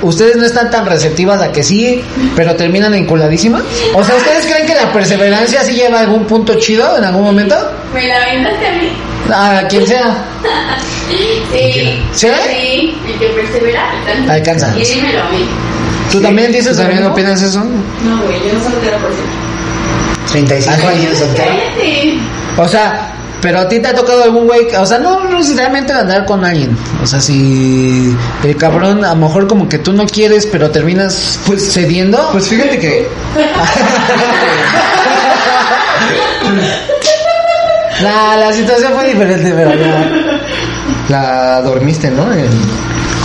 Speaker 1: ustedes no están tan receptivas a que sí, pero terminan enculadísimas. O sea, ¿ustedes creen que la perseverancia sí lleva a algún punto chido en algún momento?
Speaker 6: ¿Me la vendaste a mí?
Speaker 1: A quien sea.
Speaker 6: Sí.
Speaker 1: ¿Sí?
Speaker 6: Sí, el que persevera. alcanza.
Speaker 1: Alcanza.
Speaker 6: Y dímelo a mí.
Speaker 1: ¿Tú también dices,
Speaker 2: ¿Tú también
Speaker 1: también opinas eso?
Speaker 4: No, güey, yo no soltera por siempre.
Speaker 3: 35 años soltero.
Speaker 6: Cállate.
Speaker 1: O sea, pero a ti te ha tocado algún güey, o sea, no no necesariamente de andar con alguien. O sea, si el cabrón a lo mejor como que tú no quieres, pero terminas pues cediendo.
Speaker 2: Pues fíjate que
Speaker 1: la, la situación fue diferente, pero no.
Speaker 2: la dormiste, ¿no? En-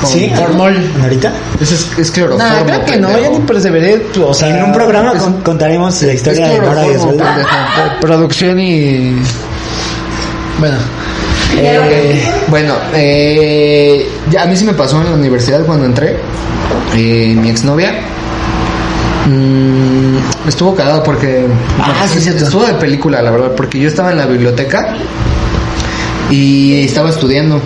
Speaker 2: con-
Speaker 3: Sí,
Speaker 1: Hormol.
Speaker 3: ¿Ahorita?
Speaker 2: Eso es, es cloroformo.
Speaker 1: Nah, creo que no,
Speaker 2: pendejo.
Speaker 1: yo ni perseveré, tú, o sea,
Speaker 3: En un programa
Speaker 2: es-
Speaker 3: con- contaremos la
Speaker 2: Es
Speaker 3: historia de Nora y
Speaker 2: cloroformo,
Speaker 3: Osvaldo.
Speaker 2: pendejo.
Speaker 1: producción y bueno,
Speaker 2: Eh, bueno, eh, ya a mí sí me pasó en la universidad cuando entré. eh, mi exnovia mm, estuvo cagado porque
Speaker 1: Ah, sí, es cierto.
Speaker 2: estuvo de película, la verdad, porque yo estaba en la biblioteca y estaba estudiando.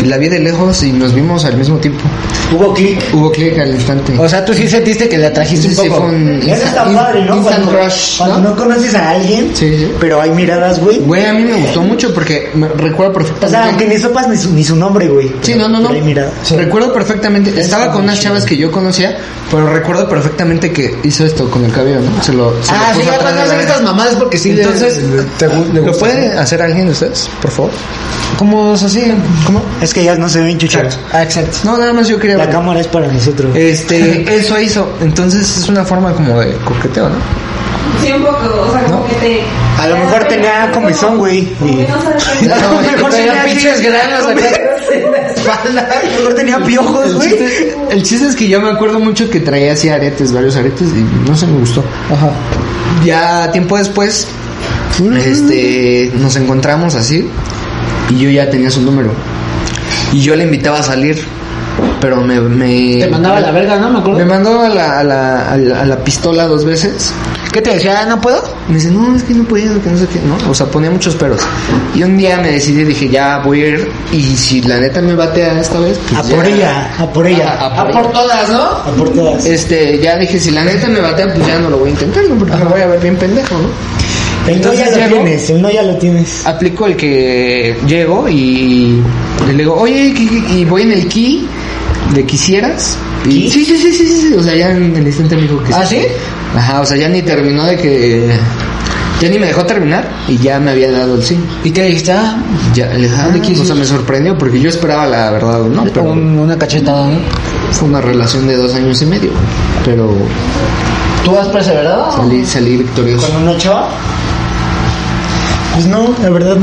Speaker 2: Y la vi de lejos y nos vimos al mismo tiempo.
Speaker 3: Hubo click.
Speaker 2: Hubo clic al instante.
Speaker 1: o sea, tú sí sentiste que le atrajiste un
Speaker 2: Sí, sí,
Speaker 1: poco.
Speaker 2: fue un
Speaker 3: Eso
Speaker 2: insta-
Speaker 3: está padre, ¿no?
Speaker 2: instant
Speaker 3: Cuando,
Speaker 2: crush,
Speaker 3: cuando
Speaker 2: ¿no?
Speaker 3: no conoces a alguien,
Speaker 2: Sí, sí.
Speaker 3: pero hay miradas, güey.
Speaker 2: Güey, a mí me gustó mucho porque me recuerdo
Speaker 3: O sea, aunque
Speaker 2: perfectamente.
Speaker 3: ni sopas ni su, ni su nombre, güey.
Speaker 2: Sí, no, no, no.
Speaker 3: Pero hay miradas.
Speaker 2: Recuerdo perfectamente. Estaba con unas chavas que yo conocía, pero recuerdo perfectamente que hizo esto con el cabello, ¿no? Se lo. se
Speaker 1: Ah,
Speaker 2: lo
Speaker 1: sí,
Speaker 2: puso
Speaker 1: ya
Speaker 2: atrás
Speaker 1: cuando
Speaker 2: de la
Speaker 1: hacen estas
Speaker 2: oreja.
Speaker 1: mamadas porque sí. le-
Speaker 2: Entonces,
Speaker 1: te gu- le
Speaker 2: ¿lo
Speaker 1: gusta.
Speaker 2: puede hacer alguien de ustedes, por favor?
Speaker 1: ¿Cómo es así?
Speaker 2: ¿Cómo?
Speaker 3: Es que ellas no se ven chuchas.
Speaker 1: Ah, exacto.
Speaker 2: No, nada más yo quería.
Speaker 3: La cámara es para nosotros.
Speaker 2: Este, eso hizo. Entonces es una forma como de coqueteo, ¿no?
Speaker 4: Sí, un poco, o sea, como que te.
Speaker 3: A lo mejor tenía comezón, güey,
Speaker 4: Como
Speaker 3: y-
Speaker 4: que no sabes qué-
Speaker 2: Claro,
Speaker 3: A lo mejor
Speaker 2: traía
Speaker 3: tenía
Speaker 2: pinches
Speaker 3: que-
Speaker 2: granos acá.
Speaker 3: A lo mejor tenía piojos,
Speaker 2: El
Speaker 3: güey.
Speaker 2: chiste, el chiste es que yo me acuerdo mucho que traía así aretes, varios aretes, y no se me gustó.
Speaker 1: Ajá.
Speaker 2: Ya tiempo después, este, nos encontramos así, y yo ya tenía su número. Y yo le invitaba a salir, pero me... me
Speaker 1: Te mandaba la verga, ¿no? Me
Speaker 2: Me
Speaker 1: acuerdo.
Speaker 2: mandó a la, a, la, a la- a la pistola dos veces.
Speaker 1: ¿Qué te decía? ¿Ah, ¿No puedo?
Speaker 2: Me dice, no, es que no podía, que no sé qué, ¿no? O sea, ponía muchos peros. Y un día me decidí, dije, ya voy a ir. Y si la neta me batea esta vez, pues
Speaker 3: A
Speaker 2: ya.
Speaker 3: por ella, a por ella.
Speaker 2: A- a
Speaker 1: A por todas, ¿no?
Speaker 3: A por todas.
Speaker 2: Este, ya dije, si la neta me batea, pues ya no lo voy a intentar, ¿no? Porque me voy a ver bien pendejo, ¿no?
Speaker 3: El no ya
Speaker 2: Entonces
Speaker 3: lo
Speaker 2: llegó-
Speaker 3: tienes, el no ya lo tienes.
Speaker 2: Aplico el que llego y le digo, oye, ¿qué- qué- y voy en el ki de quisieras. Y, sí, sí, sí, sí, sí, sí. o sea, ya en el instante me dijo que
Speaker 1: ¿Ah, sí?
Speaker 2: Ajá, o sea, ya ni terminó de que... Ya ni me dejó terminar y ya me había dado el sí.
Speaker 1: ¿Y qué dijiste? Ah,
Speaker 2: Ya, le dije, ah, o sea, me sorprendió porque yo esperaba la verdad, ¿no? Pero
Speaker 1: un- una cachetada, ¿no?
Speaker 2: fue una relación de dos años y medio. Pero
Speaker 1: ¿Tú has perseverado?
Speaker 2: salí, salí victorioso.
Speaker 3: ¿Con una chava? Pues no, la verdad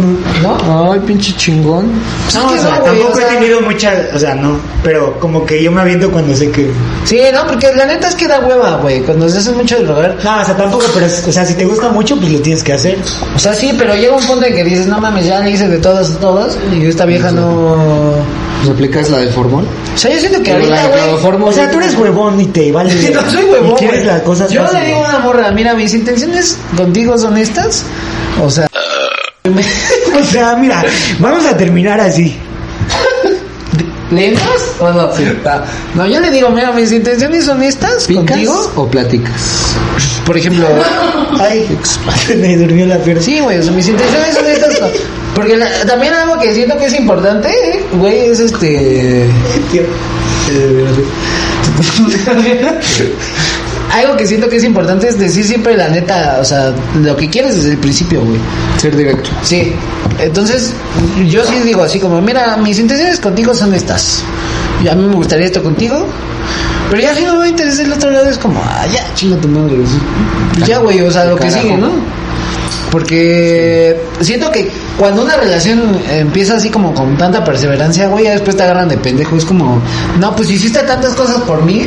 Speaker 3: no.
Speaker 1: ¿No?
Speaker 2: Ay, pinche chingón.
Speaker 1: No,
Speaker 3: o sea, tampoco he tenido muchas, o sea, no, pero como que yo me aviento cuando sé que...
Speaker 1: Sí, no, porque la neta es que da hueva, güey. Cuando se hace mucho del lugar.
Speaker 3: No, o sea, tampoco, pero, es- o sea, si te gusta mucho, pues lo tienes que hacer.
Speaker 1: O sea, sí, pero llega un punto en que dices, no mames, ya le hice de todas, todas. Y esta vieja no. O
Speaker 2: Pues aplicas la del formón.
Speaker 1: sea, yo siento que
Speaker 2: Pero
Speaker 1: ahorita,
Speaker 2: la de
Speaker 1: güey.
Speaker 2: cloroformo,
Speaker 3: O sea, tú eres huevón y te vale.
Speaker 1: Sí, no soy huevón.
Speaker 3: Y quieres
Speaker 1: güey.
Speaker 3: las cosas
Speaker 1: Yo le
Speaker 3: fáciles.
Speaker 1: digo a una morra, mira, mis intenciones contigo son estas. O sea,
Speaker 3: O sea, mira, vamos a terminar así.
Speaker 1: ¿le entras o no? Ah, No, yo le digo, mira, mis intenciones son estas
Speaker 2: ¿Picas
Speaker 1: contigo.
Speaker 2: o platicas?
Speaker 1: Por ejemplo,
Speaker 3: Ay, se me durmió la pierna.
Speaker 1: sí, güey, o sea, mis intenciones son estas. con- Porque la- también algo que siento que es importante, eh, güey, es este.
Speaker 3: Tío.
Speaker 1: Algo que siento que es importante es decir siempre la neta, o sea, lo que quieres desde el principio, güey.
Speaker 2: Ser directo.
Speaker 1: Sí, entonces yo sí digo así como, mira, mis intenciones contigo son estas. Y a mí me gustaría esto contigo. Pero ya si no me interesa el otro lado es como, ah, ya, chinga tu madre. güey. Ya, güey, o sea, lo que
Speaker 2: Carajo.
Speaker 1: sigue, ¿no? Porque siento que cuando una relación empieza así como con tanta perseverancia, güey, ya después te agarran de pendejo. Es como, no, pues hiciste tantas cosas por mí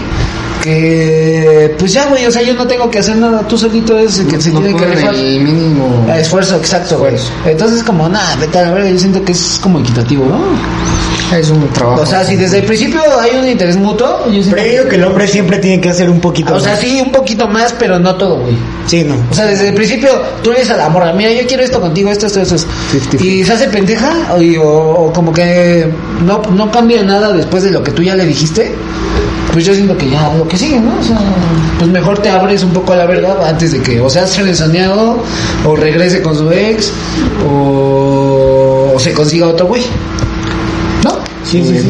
Speaker 1: que, pues ya, güey, o sea, yo no tengo que hacer nada. Tú solito es el que se
Speaker 2: no
Speaker 1: tiene que
Speaker 2: ponen
Speaker 1: rifar.
Speaker 2: el mínimo.
Speaker 1: Ah, Esfuerzo, exacto, güey.
Speaker 2: Esfuerzo.
Speaker 1: Entonces, como, nada, vete a la verga, yo siento que es como equitativo, ¿no?
Speaker 2: Es un trabajo.
Speaker 1: O sea, si desde el principio hay un interés mutuo, yo siento
Speaker 3: Pero yo digo que el hombre siempre tiene que hacer un poquito.
Speaker 1: O sea,
Speaker 3: más.
Speaker 1: sí, un poquito más, pero no todo, güey.
Speaker 3: Sí, no.
Speaker 1: O sea, desde el principio tú le dices a la morra, mira, yo quiero esto contigo, esto, esto, esto. esto".
Speaker 2: Fifty.
Speaker 1: Y se hace pendeja o, y- o- o como que no, no cambia nada después de lo que tú ya le dijiste. pues yo siento que ya lo que sigue, ¿no? O sea, pues mejor te abres un poco a la verdad antes de que o seas regresoneado o regrese con su ex o, o se consiga otro güey. ¿No?
Speaker 3: Sí, sí, sí.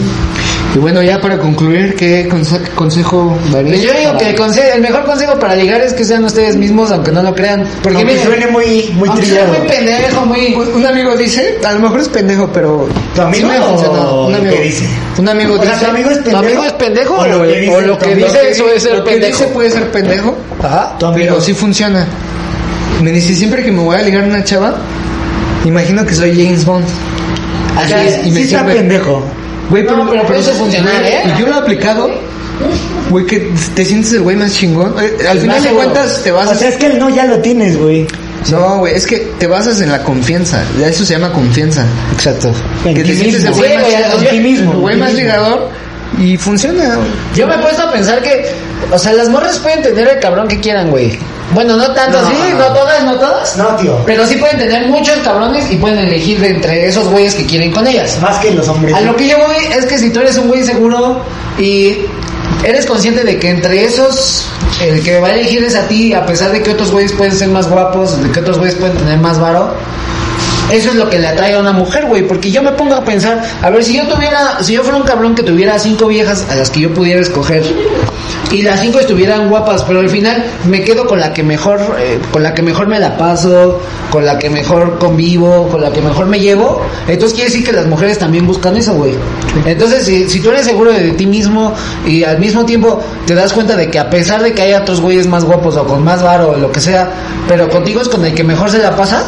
Speaker 2: Y bueno, ya para concluir, ¿qué conse- consejo daría?
Speaker 1: Pues yo digo que el, conse- el mejor consejo para ligar es que sean ustedes mismos, aunque no lo crean. Porque
Speaker 3: Aunque
Speaker 1: miren,
Speaker 3: suene muy, muy
Speaker 1: aunque sea
Speaker 3: trillado.
Speaker 1: muy pendejo, muy...
Speaker 2: Un amigo dice, a lo mejor es pendejo, pero...
Speaker 3: ¿Tu amigo
Speaker 2: me ha
Speaker 3: o
Speaker 2: funcionado. un
Speaker 3: el que
Speaker 2: amigo
Speaker 3: dice?
Speaker 2: Un amigo
Speaker 3: O sea,
Speaker 2: dice...
Speaker 3: ¿tu amigo es
Speaker 1: ¿Tu
Speaker 3: pendejo?
Speaker 1: amigo es pendejo?
Speaker 3: O lo que dice
Speaker 1: o lo que
Speaker 3: tu
Speaker 1: dice
Speaker 3: amigo.
Speaker 1: eso es ser
Speaker 2: Lo que
Speaker 1: pendejo.
Speaker 2: dice puede ser pendejo,
Speaker 1: Ajá.
Speaker 3: Tu amigo.
Speaker 2: pero sí funciona. Me dice, siempre que me voy a ligar a una chava, imagino que soy James Bond.
Speaker 3: O sea,
Speaker 2: es,
Speaker 3: sí
Speaker 2: y me
Speaker 3: está
Speaker 2: sirve.
Speaker 3: pendejo.
Speaker 2: Güey,
Speaker 1: No, pero puede funcionar, ¿eh?
Speaker 2: Y yo lo he aplicado. Güey, que te sientes el güey más chingón. Eh, Al final de
Speaker 3: seguro.
Speaker 2: cuentas te vas
Speaker 3: O sea, es que el no ya lo tienes, güey.
Speaker 2: No, güey, es que te basas en la confianza. Ya eso se llama confianza.
Speaker 1: Exacto.
Speaker 3: En
Speaker 2: que
Speaker 3: ti
Speaker 2: te sientes el
Speaker 3: mismo.
Speaker 2: güey
Speaker 1: Sí,
Speaker 2: más
Speaker 1: güey,
Speaker 2: chingón,
Speaker 1: en ti
Speaker 3: mismo,
Speaker 2: el güey
Speaker 3: en ti
Speaker 2: más
Speaker 3: mismo.
Speaker 2: ligador y funciona.
Speaker 1: Yo me he puesto a pensar que, o sea, las morras pueden tener el cabrón que quieran, güey. Bueno, no tanto,
Speaker 3: No,
Speaker 1: sí,
Speaker 3: no.
Speaker 1: no, todas, no todas.
Speaker 3: No, tío.
Speaker 1: Pero sí pueden tener muchos cabrones y pueden elegir de entre esos güeyes que quieren con ellas.
Speaker 3: Más que los hombres.
Speaker 1: A lo que yo voy es que si tú eres un güey seguro y eres consciente de que entre esos el que va a elegir es a ti, a pesar de que otros güeyes pueden ser más guapos, de que otros güeyes pueden tener más varo. Eso es lo que le atrae a una mujer, güey, porque yo me pongo a pensar, a ver, si yo tuviera, si yo fuera un cabrón que tuviera cinco viejas a las que yo pudiera escoger y las cinco estuvieran guapas, pero al final me quedo con la que mejor, eh, con la que mejor me la paso, con la que mejor convivo, con la que mejor me llevo. Entonces quiere decir que las mujeres también buscan eso, güey. Entonces, si, si tú eres seguro de ti mismo y al mismo tiempo te das cuenta de que a pesar de que hay otros güeyes más guapos o con más varo o lo que sea, pero contigo es con el que mejor se la pasa,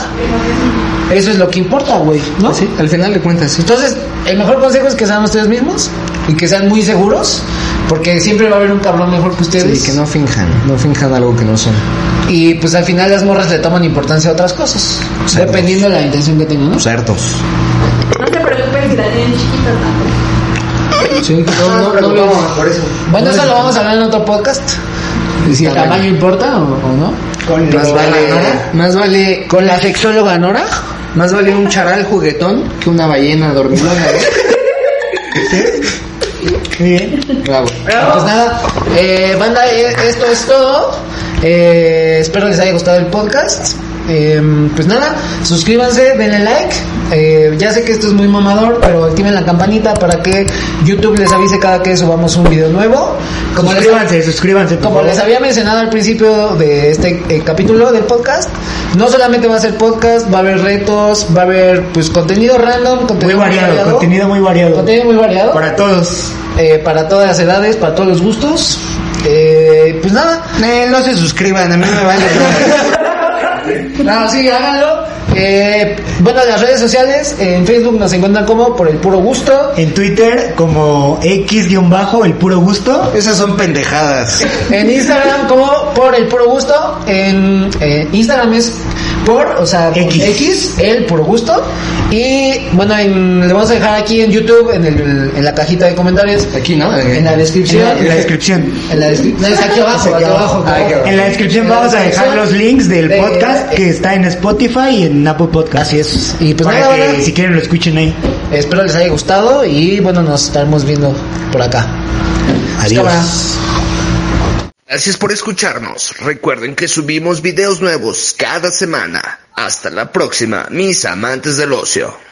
Speaker 1: eso es lo que importa, güey, ¿no?
Speaker 2: Sí, al final de cuentas, sí.
Speaker 1: Entonces, el mejor consejo es que sean ustedes mismos y que sean muy seguros, porque siempre va a haber un cabrón mejor que ustedes.
Speaker 2: Sí, que no finjan, no finjan algo que no son.
Speaker 1: Y pues al final las morras le toman importancia a otras cosas,
Speaker 2: Cerdos.
Speaker 1: dependiendo de la intención que tengan, ¿no?
Speaker 2: Cerdos.
Speaker 4: No se preocupen si la tienen chiquita tampoco.
Speaker 2: Sí, no, no, no, no.
Speaker 3: por eso.
Speaker 1: Bueno, eso lo vamos a hablar en otro podcast. Y si el
Speaker 2: Está
Speaker 1: tamaño
Speaker 2: bien.
Speaker 1: importa o, o no.
Speaker 3: Con
Speaker 2: Más
Speaker 3: la-
Speaker 2: vale,
Speaker 3: ¿no?
Speaker 2: más vale,
Speaker 1: Con la sexóloga Nora.
Speaker 2: más vale un charal juguetón que una ballena dormilona. ¿eh?
Speaker 3: Muy bien.
Speaker 2: Bravo.
Speaker 1: Pues nada, eh, banda, eh, esto es todo. Eh, espero les haya gustado el podcast. Eh, pues nada, suscríbanse, denle like. Eh, ya sé que esto es muy mamador, pero activen la campanita para que YouTube les avise cada que subamos un video nuevo. Como les-
Speaker 3: Suscríbanse, suscríbanse. por
Speaker 1: Como
Speaker 3: favor.
Speaker 1: les había mencionado al principio de este eh, capítulo del podcast, no solamente va a ser podcast, va a haber retos, va a haber pues contenido random,
Speaker 3: Muy
Speaker 1: contenido
Speaker 3: variado, contenido muy variado.
Speaker 1: contenido muy variado
Speaker 3: Para todos.
Speaker 1: eh, para todas las edades, para todos los gustos. Eh, pues nada,
Speaker 2: Eh, no se suscriban, a mí me vale.
Speaker 1: no, sí, háganlo. Eh, bueno, las redes sociales, en Facebook nos encuentran como por el puro gusto.
Speaker 3: En Twitter como X-bajo, el puro gusto.
Speaker 2: Esas son pendejadas.
Speaker 1: En Instagram como por el puro gusto. En eh, Instagram es por, o sea, por
Speaker 3: X.
Speaker 1: X. el puro gusto. Y bueno, en- le vamos a dejar aquí en YouTube, en, el- en la cajita de comentarios.
Speaker 2: Aquí, ¿no?
Speaker 1: En la descripción.
Speaker 3: En la descripción.
Speaker 1: En la descripción. No, es aquí abajo, aquí abajo. Ah, aquí abajo.
Speaker 3: En la descripción
Speaker 1: Eh, En la
Speaker 3: vamos a dejar
Speaker 1: descripción
Speaker 3: los links del
Speaker 1: de- este
Speaker 3: podcast que está en Spotify y en Apple Podcast.
Speaker 1: Así es. Y pues
Speaker 3: Para
Speaker 1: nada,
Speaker 3: que
Speaker 1: banda,
Speaker 3: si quieren lo escuchen ahí.
Speaker 1: espero les haya gustado y bueno, nos estaremos viendo por acá. Cámara.
Speaker 7: Gracias por escucharnos. Recuerden que subimos videos nuevos cada semana. Hasta la próxima, mis amantes del ocio.